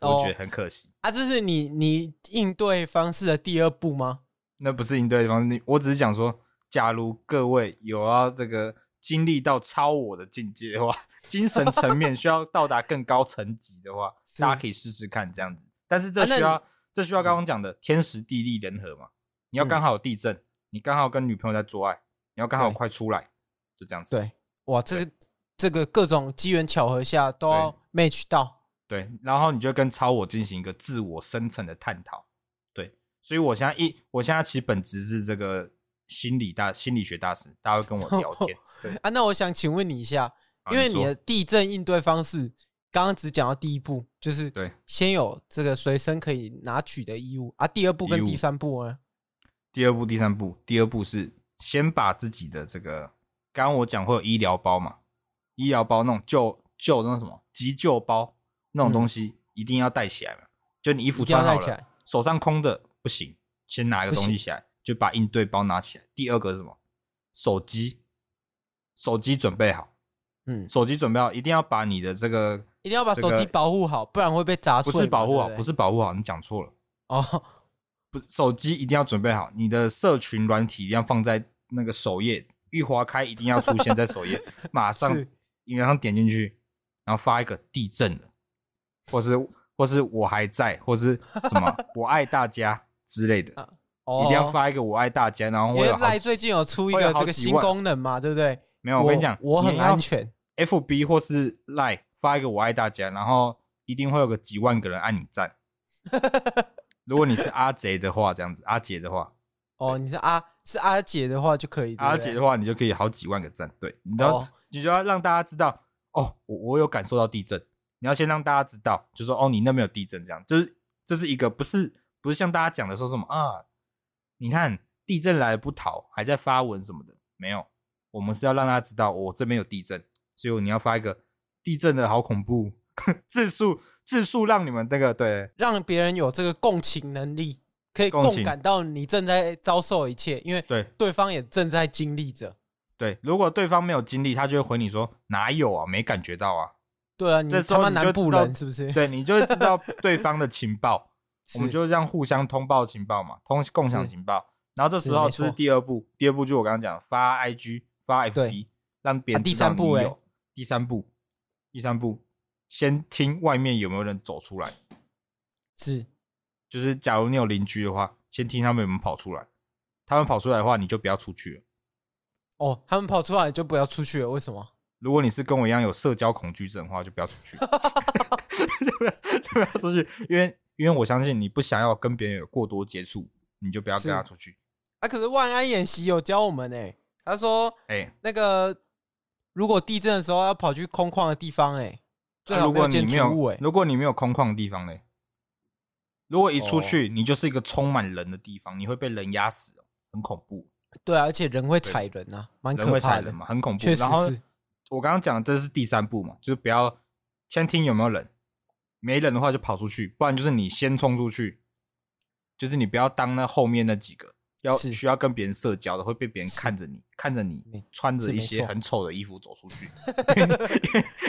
Speaker 1: 哦
Speaker 3: 我觉得很可惜。
Speaker 1: 啊，这是你你应对方式的第二步吗？
Speaker 3: 那不是应对的方式，我只是讲说，假如各位有要这个经历到超我的境界的话，精神层面需要到达更高层级
Speaker 1: (laughs)
Speaker 3: 的话，
Speaker 1: 是
Speaker 3: 大家可以试试看这样子。但是这
Speaker 1: 啊那
Speaker 3: 需要、
Speaker 1: 你
Speaker 3: 这需要刚刚讲的天时地利人和嘛，你要
Speaker 1: 嗯
Speaker 3: 刚好有地震，你刚好跟女朋友在做爱，你要刚好
Speaker 1: 对
Speaker 3: 快出来，就这样子。
Speaker 1: 对，哇，这个这个各种机缘巧合下都
Speaker 3: 对
Speaker 1: 要 match 到。
Speaker 3: 对，然后你就跟超我进行一个自我深层的探讨。对，所以我现在一，我现在其实本质是这个心理大心理学大师，大家会跟我聊天。 (laughs) 对，
Speaker 1: 啊，那我想请问你一下，
Speaker 3: 好
Speaker 1: 因为你
Speaker 3: 说
Speaker 1: 的地震应对方式刚刚只讲到第一步，就是
Speaker 3: 对
Speaker 1: 先有这个随身可以拿取的衣物啊，第二步
Speaker 3: 衣
Speaker 1: 跟
Speaker 3: 物
Speaker 1: 第三步呢？
Speaker 3: 第二步、第三步，第二步是先把自己的这个，刚刚我讲会有医疗包嘛，医疗包那种救救那种什么急救包那种东西，一定要带起来嘛。就你衣服
Speaker 1: 嗯一定要
Speaker 3: 穿好
Speaker 1: 带起
Speaker 3: 了
Speaker 1: 来，
Speaker 3: 手上空的不行，先拿一
Speaker 1: 不
Speaker 3: 个东西
Speaker 1: 行
Speaker 3: 起来，就把应对包拿起来。第二个是什么？手机，手机准备好，
Speaker 1: 嗯，
Speaker 3: 手机准备好，一定要把你的这个
Speaker 1: 一定要把
Speaker 3: 这
Speaker 1: 手
Speaker 3: 个
Speaker 1: 机保护好，不然会被砸
Speaker 3: 不
Speaker 1: 碎嘛。
Speaker 3: 是保护好，
Speaker 1: 对
Speaker 3: 不
Speaker 1: 对
Speaker 3: 是保护好，你讲错了。
Speaker 1: 哦，
Speaker 3: 不，手机一定要准备好，你的社群软体一定要放在那个首页，一划开一定要出现在
Speaker 1: (laughs)
Speaker 3: 首页，马上
Speaker 1: 是
Speaker 3: 马上点进去，然后发一个地震的，或是或是我还在，或是
Speaker 1: (laughs)
Speaker 3: 什么我爱大家之类的，
Speaker 1: 哦，
Speaker 3: (laughs) 一定要发一个我爱大家，然后
Speaker 1: 因
Speaker 3: 会
Speaker 1: 为
Speaker 3: 有好
Speaker 1: 赖
Speaker 3: 几
Speaker 1: 最近有出一
Speaker 3: 会有
Speaker 1: 个
Speaker 3: 好
Speaker 1: 这个
Speaker 3: 几
Speaker 1: 新
Speaker 3: 万
Speaker 1: 功能嘛，对不对？
Speaker 3: 没有，我跟你讲，
Speaker 1: 我很
Speaker 3: 你要
Speaker 1: 安全。
Speaker 3: FB 或是 Line 发一个“我爱大家”，然后一定会有个几万个人按你赞。
Speaker 1: (laughs)
Speaker 3: 如果你是阿贼的话，这样子，阿杰的话，
Speaker 1: 哦，你是阿是阿姐的话就可以，对不
Speaker 3: 阿
Speaker 1: 对
Speaker 3: 杰的话，你就可以好几万个赞。对，你知道，
Speaker 1: 哦
Speaker 3: 你就要让大家知道，哦，我我有感受到地震。你要先让大家知道，就说哦，你那边有地震，这样，这是这是一个不是不是像大家讲的说什么啊？你看地震来了不逃，还在发文什么的，没有，我们是要让大家知道我、这边有地震，所以你要发一个地震的好恐怖， (laughs) 自述自述让你们那个对
Speaker 1: 让别人有这个共情能力，可以
Speaker 3: 共
Speaker 1: 共
Speaker 3: 情
Speaker 1: 感到你正在遭受一切，因为
Speaker 3: 对
Speaker 1: 对方也正在经历着。
Speaker 3: 对，如果对方没有经历，他就会回你说哪有啊，没感觉到啊。
Speaker 1: 对啊，你
Speaker 3: 这时
Speaker 1: 他
Speaker 3: 候
Speaker 1: 妈
Speaker 3: 你
Speaker 1: 南
Speaker 3: 就
Speaker 1: 部
Speaker 3: 知道
Speaker 1: 人是不是？
Speaker 3: 对你就会知道对方的情报，我们
Speaker 1: 是
Speaker 3: 就这样互相通报情报嘛，通共享
Speaker 1: 是
Speaker 3: 情报。然后这时
Speaker 1: 是没
Speaker 3: 候这是
Speaker 1: 错
Speaker 3: 第二步，第二步就我刚刚讲发 IG 发 FB，让别
Speaker 1: 啊
Speaker 3: 人
Speaker 1: 第
Speaker 3: 知道
Speaker 1: 三步
Speaker 3: 你
Speaker 1: 欸
Speaker 3: 有。第三步，第三步，先听外面有没有人走出来。
Speaker 1: 是
Speaker 3: 就是假如你有邻居的话，先听他们有没有跑出来。他们跑出来的话，你就不要出去了。
Speaker 1: 哦，他们跑出来就不要出去了，为什么？
Speaker 3: 如果你是跟我一样有社交恐惧症的话，就不要出
Speaker 1: (laughs)
Speaker 3: 去，就不要就不要出去，因为因为我相信你不想要跟别人有过多接触，你就不要跟他
Speaker 1: 是
Speaker 3: 出去。
Speaker 1: 啊，可是万安演习有教我们呢、他说
Speaker 3: 哎、
Speaker 1: 那个如果地震的时候要跑去空旷的地方、哎，最
Speaker 3: 啊
Speaker 1: 好
Speaker 3: 如果
Speaker 1: 有
Speaker 3: 你
Speaker 1: 建
Speaker 3: 没
Speaker 1: 筑物、
Speaker 3: 有
Speaker 1: 哎，
Speaker 3: 如果你没有空旷的地方嘞，如果一出
Speaker 1: 哦
Speaker 3: 去、你就是一个充满人的地方，你会被人压死哦，很恐怖。
Speaker 1: 对啊，而且人会
Speaker 3: 对
Speaker 1: 踩人啊，蛮
Speaker 3: 人
Speaker 1: 可
Speaker 3: 会
Speaker 1: 怕
Speaker 3: 踩
Speaker 1: 的
Speaker 3: 人。嘛，很恐怖。
Speaker 1: 确实
Speaker 3: 然后
Speaker 1: 是
Speaker 3: 我刚刚讲的这是第三步嘛，就是不要先听有没有人，没人的话就跑出去，不然就是你先冲出去，就是你不要当那后面那几个要
Speaker 1: 是
Speaker 3: 需要跟别人社交的，会被别人
Speaker 1: 是
Speaker 3: 看着你，看着你
Speaker 1: 没
Speaker 3: 穿着
Speaker 1: 是
Speaker 3: 一
Speaker 1: 没
Speaker 3: 些
Speaker 1: 错
Speaker 3: 很丑的衣服走出去。 (laughs)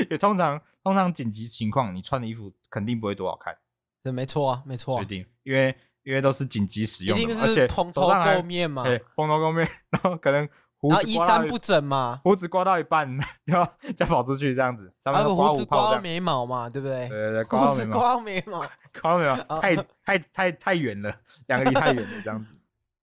Speaker 3: 也通常通常紧急情况，你穿的衣服肯定不会多好看，
Speaker 1: 对，没错啊，没错、
Speaker 3: 确
Speaker 1: 啊，
Speaker 3: 定，因为因为都是紧急使
Speaker 1: 一
Speaker 3: 用的
Speaker 1: 定
Speaker 3: 嘛，而且
Speaker 1: 是蓬
Speaker 3: 手
Speaker 1: 头
Speaker 3: 上还
Speaker 1: 垢面嘛，
Speaker 3: 对，蓬头垢面，然后可能胡
Speaker 1: 然后
Speaker 3: 子
Speaker 1: 衣
Speaker 3: 刮到
Speaker 1: 衫
Speaker 3: 一
Speaker 1: 不整嘛，
Speaker 3: 胡子刮到一半， (laughs) 要再跑出去这样子，上
Speaker 1: 还
Speaker 3: 面
Speaker 1: 有
Speaker 3: 都刮
Speaker 1: 啊胡
Speaker 3: 五
Speaker 1: 子
Speaker 3: 泡
Speaker 1: 刮
Speaker 3: 这
Speaker 1: 到
Speaker 3: 样。
Speaker 1: 眉毛嘛，对不对
Speaker 3: 对？对对，刮
Speaker 1: (laughs) 胡
Speaker 3: 到眉
Speaker 1: 子
Speaker 3: 毛，
Speaker 1: 刮到眉毛，
Speaker 3: (laughs) 刮到眉毛，
Speaker 1: 啊
Speaker 3: 太太太太远了，两个离太远了这样子。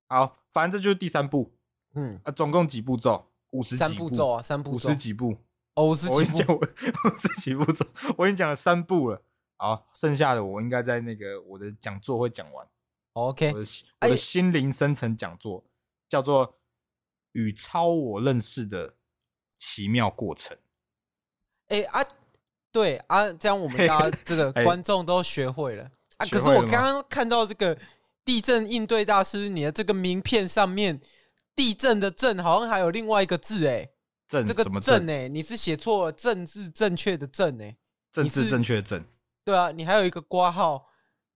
Speaker 3: 好，反正这就是第三步
Speaker 1: (laughs) 嗯，
Speaker 3: 啊，总共几步骤？五十
Speaker 1: 三
Speaker 3: 几
Speaker 1: 步骤啊，三步
Speaker 3: 五
Speaker 1: 骤
Speaker 3: 十，几步，
Speaker 1: 哦，五十
Speaker 3: 我已
Speaker 1: 几
Speaker 3: 经
Speaker 1: 步，
Speaker 3: 讲 (laughs) 我五十几步骤，我已经讲了三步了。好，剩下的我应该在那个我的讲座会讲完，
Speaker 1: 哦
Speaker 3: 我
Speaker 1: OK，
Speaker 3: 的心我
Speaker 1: 哎
Speaker 3: 的心灵深层讲座叫做《与超我认识的奇妙过程》。
Speaker 1: 哎啊，对啊，这样我们大
Speaker 3: (laughs)
Speaker 1: 家这个
Speaker 3: 哎
Speaker 1: 观众都学会了啊。
Speaker 3: 学
Speaker 1: 可是我
Speaker 3: 会了吗
Speaker 1: 刚刚看到这个地震应对大师你的这个名片上面，地震的震好像还有另外一个字哎，
Speaker 3: 正
Speaker 1: 这个
Speaker 3: 什么
Speaker 1: 震哎，你是写错了，政治正确的正哎，
Speaker 3: 政
Speaker 1: 你
Speaker 3: 治
Speaker 1: 是
Speaker 3: 正确的正，
Speaker 1: 对啊，你还有一个挂号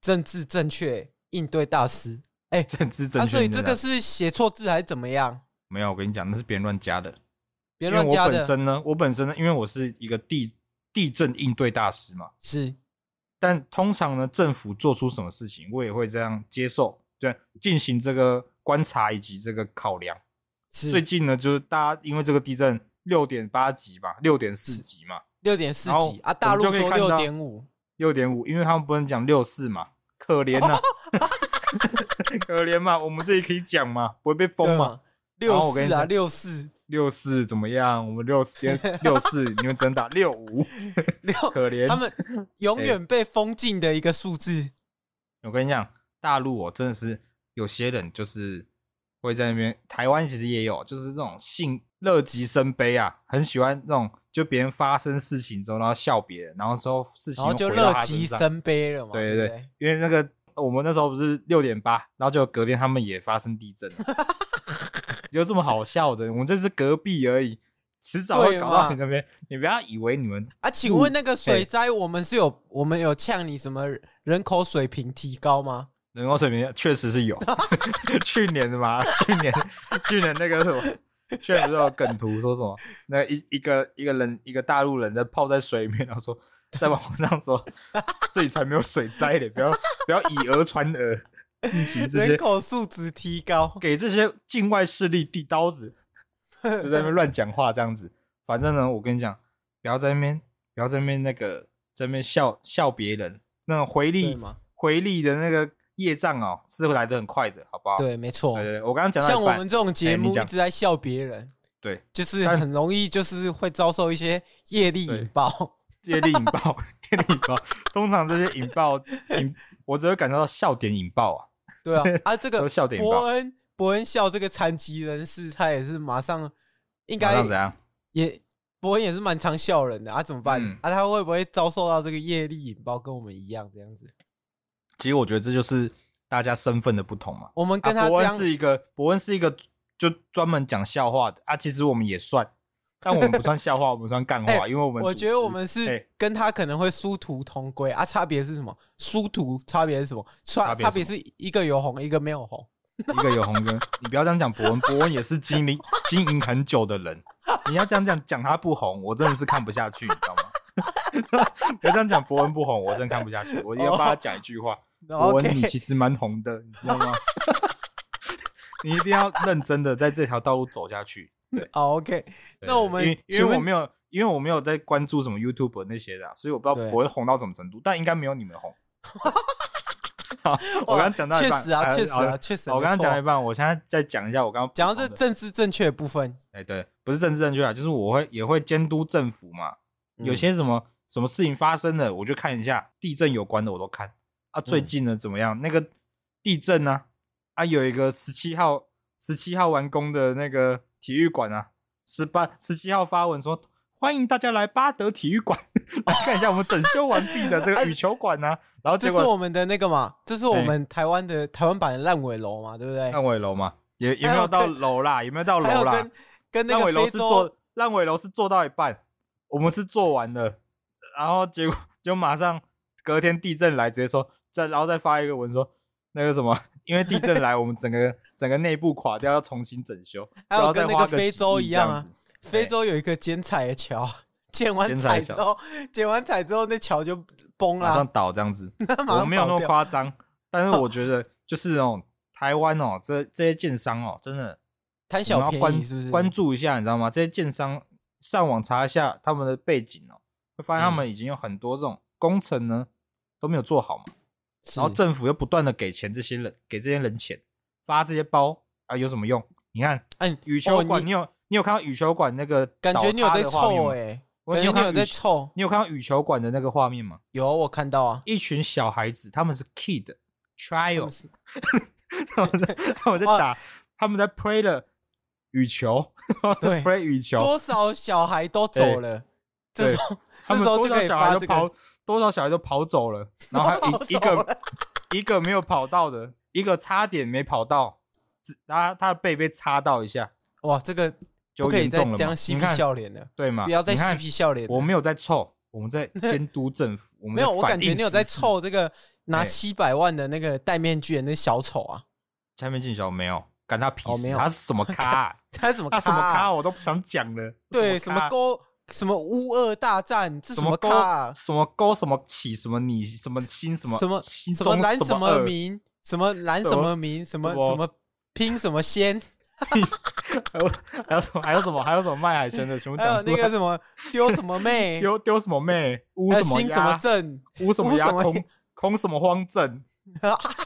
Speaker 1: 政治正确应对大师，哎，
Speaker 3: 政治正
Speaker 1: 啊，
Speaker 3: 确。
Speaker 1: 所以这个是写错字还是怎么样？
Speaker 3: 没有，我跟你讲，那是别人乱加的。
Speaker 1: 别乱
Speaker 3: 因为
Speaker 1: 加
Speaker 3: 我本
Speaker 1: 的，
Speaker 3: 身呢，我本身呢，因为我是一个地地震应对大师嘛，
Speaker 1: 是
Speaker 3: 但通常呢，政府做出什么事情，我也会这样接受，对，进行这个观察以及这个考量。最
Speaker 1: 是
Speaker 3: 近呢，就是大家因为这个地震六点八级嘛，六点四级嘛，
Speaker 1: 六点四
Speaker 3: 然后
Speaker 1: 几啊，
Speaker 3: 我
Speaker 1: 大陆
Speaker 3: 们就可以
Speaker 1: 说
Speaker 3: 看
Speaker 1: 六
Speaker 3: 到
Speaker 1: 点五，
Speaker 3: 六点五，因为他们不能讲六四嘛，可
Speaker 1: (laughs)
Speaker 3: 怜呐、 (laughs) 可怜嘛，我们自己可以讲嘛，不会被封
Speaker 1: 对啊吗？
Speaker 3: 嘛。然后
Speaker 1: 六
Speaker 3: 我跟你
Speaker 1: 四啊，
Speaker 3: 讲
Speaker 1: 六四
Speaker 3: 六四怎么样？我们六
Speaker 1: (laughs)
Speaker 3: 四六四，你们只能打六五，
Speaker 1: 六，
Speaker 3: (laughs) 可怜
Speaker 1: 他们永远被封禁的一个数字。
Speaker 3: 哎我跟你讲，大陆哦，真的是有些人就是会在那边，台湾其实也有，就是这种性乐极生悲啊，很喜欢那种就别人发生事情之后，然后笑别人，然后之后事情
Speaker 1: 然后就
Speaker 3: 又回到
Speaker 1: 乐
Speaker 3: 他
Speaker 1: 极
Speaker 3: 身上。
Speaker 1: 生悲了嘛，
Speaker 3: 对
Speaker 1: 对
Speaker 3: 对
Speaker 1: 不
Speaker 3: 对，因为那个我们那时候不是六点八，然后就隔天他们也发生
Speaker 1: (laughs)
Speaker 3: 地震了，有这么好笑的？我们这是隔壁而已，迟早会
Speaker 1: 对
Speaker 3: 搞到
Speaker 1: 嘛
Speaker 3: 你那边。你不要以为你们
Speaker 1: 啊，请问那个水灾，我们是有我们有呛你什么人口水平提高吗？
Speaker 3: 人工水平确实
Speaker 1: (laughs)
Speaker 3: 是有，去年的嘛，去年去年那个什么，去年不是有梗图说什么？那一一个一个人一个大陆人在泡在水里面，然后说在网上说这里才没有水灾嘞，不要不要以讹传讹，疫情这
Speaker 1: 人
Speaker 3: 些
Speaker 1: 口数值提高，
Speaker 3: 给这些境外势力递刀子，就在那边乱讲话 (laughs) 这样子。反正呢，我跟你讲，不要在那边不要在那边那个在那边笑笑别人，那种回
Speaker 1: (laughs) 对
Speaker 3: 力 (laughs)
Speaker 1: 吗？
Speaker 3: 回力的那个业障哦，是会来的很快的，好不好？
Speaker 1: 对，没错
Speaker 3: 对。对对我啊刚刚讲到
Speaker 1: 哦像
Speaker 3: 一
Speaker 1: 我
Speaker 3: 半
Speaker 1: 们这种节目
Speaker 3: 哎你
Speaker 1: 一
Speaker 3: 讲
Speaker 1: 直在笑别人，
Speaker 3: 对
Speaker 1: 就是
Speaker 3: 但
Speaker 1: 很容易就是会遭受一些业力
Speaker 3: 对
Speaker 1: 引爆。
Speaker 3: 业力引爆， (laughs) 业力引爆，通常这些引爆引，我只会感受到笑点引爆啊，
Speaker 1: (laughs) 对啊，
Speaker 3: (laughs)
Speaker 1: 啊，这
Speaker 3: 都
Speaker 1: 个
Speaker 3: 是笑点引
Speaker 1: 伯
Speaker 3: 爆，
Speaker 1: 恩伯恩笑这个残疾人士，他也是马上应
Speaker 3: 马
Speaker 1: 该
Speaker 3: 上怎样？
Speaker 1: 也伯恩也是蛮常笑人的啊，怎么办、
Speaker 3: 嗯
Speaker 1: 啊？他会不会遭受到这个业力引爆，跟我们一样这样子？
Speaker 3: 其实我觉得这就是大家身份的不同嘛。
Speaker 1: 我们
Speaker 3: 啊
Speaker 1: 跟他
Speaker 3: 伯
Speaker 1: 这
Speaker 3: 恩
Speaker 1: 样、
Speaker 3: 是一个，伯恩是一个就专门讲笑话的啊，其实我们也算，但我们不算笑话，我们算干话，
Speaker 1: 哎
Speaker 3: 因为我们
Speaker 1: 我
Speaker 3: 主
Speaker 1: 觉得
Speaker 3: 持
Speaker 1: 我们是
Speaker 3: 哎
Speaker 1: 跟他可能会殊途同归啊，差别是什么？殊途差别是什么？差
Speaker 3: 差别是
Speaker 1: 差别是一个有红，一个没有红。
Speaker 3: 一个有红跟，你不要这样讲伯恩，伯恩也是经营经营很久的人，你要这样讲讲他不红，我真的是看不下去，你知道吗？ (laughs) 不要这样讲伯恩不红，我真的看不下去，我一定
Speaker 1: 哦
Speaker 3: 要帮他讲一句话，
Speaker 1: 然后
Speaker 3: 伯
Speaker 1: OK， (laughs)
Speaker 3: 恩你其实蛮红的，你知道吗？你一定要认真的在这条道路走下去。
Speaker 1: 好哦 OK，
Speaker 3: 对
Speaker 1: 那我们
Speaker 3: 因为因
Speaker 1: 请
Speaker 3: 为
Speaker 1: 问
Speaker 3: 我没有因为我没有在关注什么 YouTube 那些的啊、所以我不知
Speaker 1: 对
Speaker 3: 道伯恩红到什么程度，但应该没有你们
Speaker 1: (laughs)
Speaker 3: 红。好，我刚刚讲到一
Speaker 1: 确
Speaker 3: 半，
Speaker 1: 实啊，
Speaker 3: 哎
Speaker 1: 确实
Speaker 3: 好
Speaker 1: 啊，确实。
Speaker 3: 我刚刚
Speaker 1: 没
Speaker 3: 讲
Speaker 1: 错
Speaker 3: 一半，我现在再讲一下我刚刚
Speaker 1: 讲到这
Speaker 3: 补充的，
Speaker 1: 政治正确的部分，
Speaker 3: 哎，对，不是政治正确啊，就是我会也会监督政府嘛，
Speaker 1: 嗯
Speaker 3: 有些什么什么事情发生了，我就看一下地震有关的我都看啊。
Speaker 1: 嗯
Speaker 3: 最近呢怎么样？那个地震呢、啊？有一个十七号十七号完工的那个体育馆啊，十八十七号发文说欢迎大家来巴德体育馆 (laughs) 来看一下我们整修完毕的这个羽球馆啊。然后
Speaker 1: 这
Speaker 3: 结
Speaker 1: 是
Speaker 3: 果
Speaker 1: 我们的那个嘛，这是我们台湾的台湾版的烂尾楼嘛，对不对？
Speaker 3: 烂尾楼嘛，也也没
Speaker 1: 还有
Speaker 3: 有到
Speaker 1: 跟
Speaker 3: 楼啦，也没有到
Speaker 1: 还有
Speaker 3: 楼啦
Speaker 1: 跟。跟那
Speaker 3: 烂
Speaker 1: 个
Speaker 3: 尾楼
Speaker 1: 非
Speaker 3: 是
Speaker 1: 洲
Speaker 3: 做烂尾楼是做到一半，我们是做完了，然后结果就马上隔天地震来，直接说再然后再发一个文说那个什么，因为地震来，我们整个整个内部垮掉，要重新整修，
Speaker 1: 还有
Speaker 3: 然后再
Speaker 1: 跟那
Speaker 3: 花
Speaker 1: 个非
Speaker 3: 几
Speaker 1: 洲
Speaker 3: 亿
Speaker 1: 一
Speaker 3: 这
Speaker 1: 样
Speaker 3: 样
Speaker 1: 啊
Speaker 3: 子，
Speaker 1: 非洲有一个剪彩的桥，剪完
Speaker 3: 剪
Speaker 1: 彩
Speaker 3: 彩
Speaker 1: 之
Speaker 3: 桥
Speaker 1: 后，剪完彩之后那桥就崩
Speaker 3: 马上
Speaker 1: 了，
Speaker 3: 倒这样子，
Speaker 1: 那 (laughs) 马
Speaker 3: 我
Speaker 1: 上
Speaker 3: 没有那
Speaker 1: 倒
Speaker 3: 么
Speaker 1: 掉。
Speaker 3: 夸张，但是我觉得就是哦，台湾哦，这这些建商哦，真的
Speaker 1: 贪
Speaker 3: 我们
Speaker 1: 小
Speaker 3: 要
Speaker 1: 便宜
Speaker 3: 关
Speaker 1: 是不是？
Speaker 3: 关注一下，你知道吗？这些建商上网查一下他们的背景哦，会
Speaker 1: 嗯
Speaker 3: 发现他们已经有很多这种工程呢都没有做好嘛，
Speaker 1: 是
Speaker 3: 然后政府又不断的给钱这些人，给这些人钱，发这些包啊，有什么用？你看
Speaker 1: 哎，
Speaker 3: 羽球
Speaker 1: 哦
Speaker 3: 馆，你有你有看到羽球馆那个
Speaker 1: 感觉你有
Speaker 3: 倒塌
Speaker 1: 在
Speaker 3: 的画面
Speaker 1: 凑
Speaker 3: 吗？
Speaker 1: 哎，
Speaker 3: 我
Speaker 1: 感觉你
Speaker 3: 看
Speaker 1: 有
Speaker 3: 到
Speaker 1: 在
Speaker 3: 羽球，
Speaker 1: 凑，
Speaker 3: 你有看到羽球馆的那个画面吗？
Speaker 1: 有我看到啊。
Speaker 3: 一群小孩子，他们是 kid
Speaker 1: 他
Speaker 3: trial，
Speaker 1: 们是
Speaker 3: 他们在他们在
Speaker 1: 哇
Speaker 3: 打，他们在 play 了羽球， (laughs)
Speaker 1: 对
Speaker 3: play 羽球，
Speaker 1: 多少小孩都走了，这
Speaker 3: 对
Speaker 1: 时候
Speaker 3: 他
Speaker 1: 这
Speaker 3: 们
Speaker 1: 时候
Speaker 3: 多
Speaker 1: 就可
Speaker 3: 少
Speaker 1: 以
Speaker 3: 小
Speaker 1: 发
Speaker 3: 孩
Speaker 1: 这
Speaker 3: 都
Speaker 1: 个
Speaker 3: 跑，多少小孩都跑走了，
Speaker 1: (laughs)
Speaker 3: 然后还有一一个一个没有跑到的，一个差点没跑到，只他他的背被擦到一下，
Speaker 1: (laughs) 哇，这个不
Speaker 3: 就
Speaker 1: 可以
Speaker 3: 严
Speaker 1: 再
Speaker 3: 重了
Speaker 1: 这
Speaker 3: 嘛
Speaker 1: 样。嬉
Speaker 3: 你
Speaker 1: 皮
Speaker 3: 看，
Speaker 1: 笑脸了，
Speaker 3: 对吗？
Speaker 1: 不要再
Speaker 3: 你
Speaker 1: 嬉
Speaker 3: 看
Speaker 1: 皮笑脸了。
Speaker 3: 我没有在臭，我
Speaker 1: (laughs)
Speaker 3: 们在监督政府，我们
Speaker 1: 没
Speaker 3: 在
Speaker 1: 有，我
Speaker 3: 反
Speaker 1: 感觉
Speaker 3: 映
Speaker 1: 你有在
Speaker 3: 时事。
Speaker 1: 凑这个拿
Speaker 3: 哎
Speaker 1: 七百万的那个戴面具的那小丑啊，
Speaker 3: 下面进小没有，干他屁
Speaker 1: 哦没
Speaker 3: 事，
Speaker 1: 有
Speaker 3: 他是什么咖啊？
Speaker 1: 他什么
Speaker 3: 他什么
Speaker 1: 咖
Speaker 3: 咖
Speaker 1: 啊？
Speaker 3: 我都不想讲了。
Speaker 1: 对，什么
Speaker 3: 咖
Speaker 1: 勾什么乌俄大战，这
Speaker 3: 什
Speaker 1: 么
Speaker 3: 么
Speaker 1: 咖
Speaker 3: 勾
Speaker 1: 啊？
Speaker 3: 什么勾什么起什么你什么心什么
Speaker 1: 什么
Speaker 3: 心
Speaker 1: 什么
Speaker 3: 中
Speaker 1: 蓝
Speaker 3: 什
Speaker 1: 什
Speaker 3: 么
Speaker 1: 么
Speaker 3: 二
Speaker 1: 民，什么蓝
Speaker 3: 什
Speaker 1: 什
Speaker 3: 么
Speaker 1: 么民，什么
Speaker 3: 什么
Speaker 1: 什么拼什么先，
Speaker 3: 还有 (laughs) 还有什么还有什么还有什么卖海鲜的，全部
Speaker 1: 还有
Speaker 3: 讲出
Speaker 1: 那
Speaker 3: 来
Speaker 1: 个。什么丢什么妹，
Speaker 3: (laughs) 丢丢什么妹，污
Speaker 1: 还
Speaker 3: 什
Speaker 1: 有
Speaker 3: 么
Speaker 1: 新
Speaker 3: 鸭，
Speaker 1: 什么镇，
Speaker 3: 污什么
Speaker 1: 污 (laughs)
Speaker 3: 鸭，
Speaker 1: 什么
Speaker 3: 空空什么
Speaker 1: (laughs)
Speaker 3: 荒镇，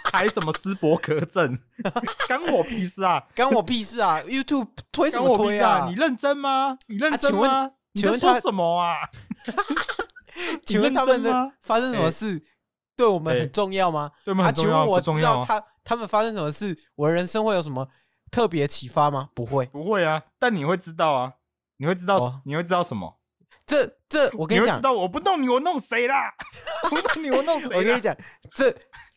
Speaker 3: 开什么斯伯格镇， (laughs) 干我屁事啊！
Speaker 1: 干我屁事啊！YouTube 推什
Speaker 3: 干
Speaker 1: 么
Speaker 3: 我屁
Speaker 1: 推
Speaker 3: 事
Speaker 1: 啊？
Speaker 3: 你认真吗？你认真
Speaker 1: 啊
Speaker 3: 吗？你
Speaker 1: 请问请问
Speaker 3: 在说
Speaker 1: 他
Speaker 3: 什么啊？
Speaker 1: 请问他们
Speaker 3: 你认真
Speaker 1: 的
Speaker 3: 吗
Speaker 1: 发生什么
Speaker 3: 哎
Speaker 1: 事对我们
Speaker 3: 哎
Speaker 1: 很重要吗？
Speaker 3: 对吗？
Speaker 1: 啊，
Speaker 3: 很重
Speaker 1: 请
Speaker 3: 要，
Speaker 1: 问我
Speaker 3: 不
Speaker 1: 知
Speaker 3: 重要
Speaker 1: 道
Speaker 3: 啊？
Speaker 1: 他他们发生什么事，我的人生会有什么特别启发吗？不会，
Speaker 3: 不会啊，但你会知道啊，你会知道
Speaker 1: 哦，
Speaker 3: 你会知道什么？
Speaker 1: 这这我跟
Speaker 3: 你会
Speaker 1: 讲
Speaker 3: 知，道我不弄你，我弄谁啦？ (laughs) 我不弄你，我弄谁？啊
Speaker 1: 我跟你，讲，这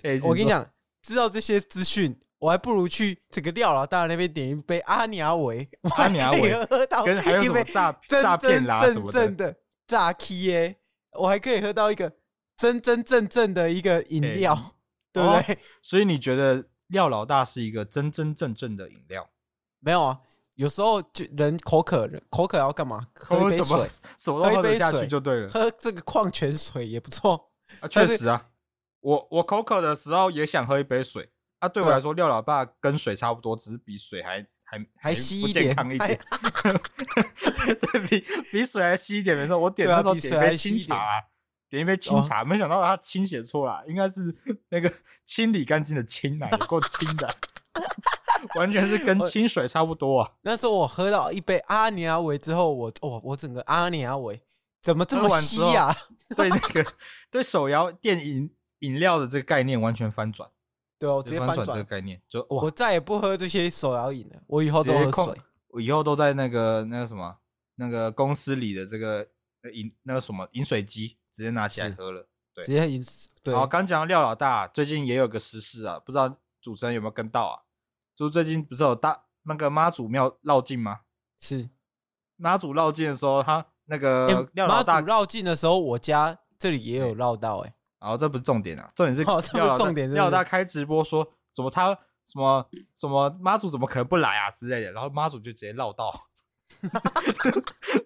Speaker 3: 哎
Speaker 1: 我跟你，讲，知道这些资讯，我还不如去这个廖老大那边点一杯阿尼阿维，我还
Speaker 3: (laughs) 阿尼阿
Speaker 1: 可以
Speaker 3: 维
Speaker 1: 喝到
Speaker 3: 哎跟还有
Speaker 1: 一
Speaker 3: 什么
Speaker 1: 杯
Speaker 3: 诈
Speaker 1: 真
Speaker 3: 诈骗
Speaker 1: 真
Speaker 3: 啦什
Speaker 1: 正
Speaker 3: 么
Speaker 1: 正
Speaker 3: 的？
Speaker 1: 的炸 K 耶，我还可以喝到一个真真正正的一个饮
Speaker 3: 哎哦
Speaker 1: 料，对不对？
Speaker 3: 所以你觉得廖老大是一个真真正正的饮料？
Speaker 1: 没有啊，有时候就人口渴，人口渴要干嘛？喝
Speaker 3: 喝
Speaker 1: 一杯
Speaker 3: 什
Speaker 1: 水
Speaker 3: 么，什么
Speaker 1: 喝
Speaker 3: 都
Speaker 1: 一
Speaker 3: 喝
Speaker 1: 杯
Speaker 3: 得下
Speaker 1: 水
Speaker 3: 去就对了。
Speaker 1: 喝这个矿泉水 (laughs) 也不错。
Speaker 3: 啊，
Speaker 1: 但
Speaker 3: 确
Speaker 1: 是
Speaker 3: 实啊，我我口渴的时候也想喝一杯水啊。对我
Speaker 1: 对
Speaker 3: 来说，廖老爸跟水差不多，只是比水还还
Speaker 1: 嗯还稀
Speaker 3: 哎不
Speaker 1: 一
Speaker 3: 健
Speaker 1: 点哎
Speaker 3: 康一
Speaker 1: 还 (laughs)
Speaker 3: 点，对比比水还稀一点。没错，我点
Speaker 1: 对啊
Speaker 3: 那时候
Speaker 1: 比
Speaker 3: 点
Speaker 1: 水
Speaker 3: 一
Speaker 1: 还
Speaker 3: 杯
Speaker 1: 稀
Speaker 3: 清
Speaker 1: 一点哦
Speaker 3: 茶啊、点一杯清茶，没想到他清写错了，应该是那个清理干净的清啊，有够清
Speaker 1: (laughs)
Speaker 3: 的，完全是跟
Speaker 1: 我
Speaker 3: 清水差不多啊。
Speaker 1: 那时候我喝到一杯阿尼阿维之后，我哦，我整个阿尼阿维怎么这么啊
Speaker 3: 喝完
Speaker 1: 稀
Speaker 3: 之后
Speaker 1: 呀、
Speaker 3: (laughs) 对那个对手摇电饮饮料的这个概念完全翻转，
Speaker 1: 对啊，我直接翻
Speaker 3: 转这个
Speaker 1: 转，
Speaker 3: 概念，就哇
Speaker 1: 我，再也不喝这些手摇饮了，我以后
Speaker 3: 直
Speaker 1: 都
Speaker 3: 接
Speaker 1: 喝
Speaker 3: 控
Speaker 1: 水。
Speaker 3: 我以后都在那个那个什么那个公司里的这个呃饮那个什么饮水机直接拿起来
Speaker 1: 是
Speaker 3: 喝了。对
Speaker 1: 直接饮对
Speaker 3: 好，刚讲到廖老大，最近也有个时事啊，不知道主持人有没有跟到啊？就最近不是有大那个妈祖庙绕境吗？
Speaker 1: 是
Speaker 3: 妈祖绕境的时候，他那个呃廖
Speaker 1: 欸
Speaker 3: 老
Speaker 1: 妈
Speaker 3: 大
Speaker 1: 祖，绕境的时候，我家这里也有绕到
Speaker 3: (laughs)
Speaker 1: 哎、
Speaker 3: 然后这不是重点啊，重点是
Speaker 1: 哦这不是
Speaker 3: 廖老大
Speaker 1: 重点是不是
Speaker 3: 廖老大开直播说什么他什么什么妈祖怎么可能不来啊之类的，然后妈祖就直接绕 (laughs) 道，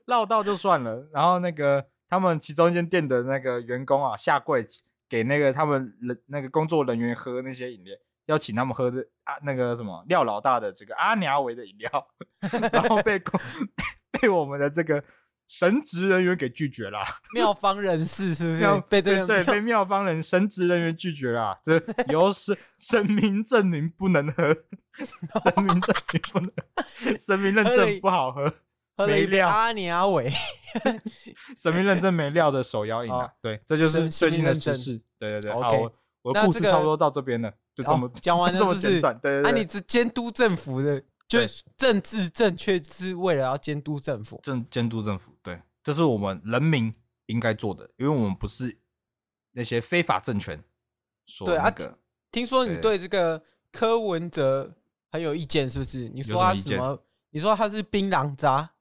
Speaker 3: 绕道就算了，然后那个他们其中一间店的那个员工啊下跪给那个他们人那个工作人员喝那些饮料。要请他们喝的啊，那个什么廖老大的这个阿娘维的饮料， (laughs) 然后被公 (laughs) 被我们的这个神职人员给拒绝了。
Speaker 1: 妙方人士是不
Speaker 3: 妙
Speaker 1: 是被这
Speaker 3: 对
Speaker 1: 个
Speaker 3: 被妙方人神职人员拒绝啦、
Speaker 1: (laughs)
Speaker 3: 这以后是神明证明不能喝，神明证明不能喝，神明认
Speaker 1: 喝了
Speaker 3: 证
Speaker 1: 一
Speaker 3: 不好喝，
Speaker 1: 喝了
Speaker 3: 没
Speaker 1: 一杯
Speaker 3: 料
Speaker 1: 阿尼阿伟，
Speaker 3: 神明认证没料的手摇饮啊
Speaker 1: 哦，
Speaker 3: 对，这就是
Speaker 1: 神
Speaker 3: 最近
Speaker 1: 神明
Speaker 3: 的
Speaker 1: 认
Speaker 3: 时
Speaker 1: 证
Speaker 3: 事，对对对，
Speaker 1: OK
Speaker 3: 好，我我的
Speaker 1: 那
Speaker 3: 故
Speaker 1: 这
Speaker 3: 事
Speaker 1: 个
Speaker 3: 差不多到这边了，就这么
Speaker 1: 哦讲完了
Speaker 3: (laughs) 这么
Speaker 1: 是不是
Speaker 3: 简短，对
Speaker 1: 啊，
Speaker 3: 对
Speaker 1: 你
Speaker 3: 对，
Speaker 1: 只监督政府的，就
Speaker 3: 对
Speaker 1: 政治正确是为了要监督政府。
Speaker 3: 政监督政府，对，这是我们人民应该做的，因为我们不是那些非法政权所
Speaker 1: 对啊那个听说你
Speaker 3: 对
Speaker 1: 对这个柯文哲很有意见，是不是？你说他
Speaker 3: 有什么意
Speaker 1: 什
Speaker 3: 见
Speaker 1: 么？你说他是槟榔渣？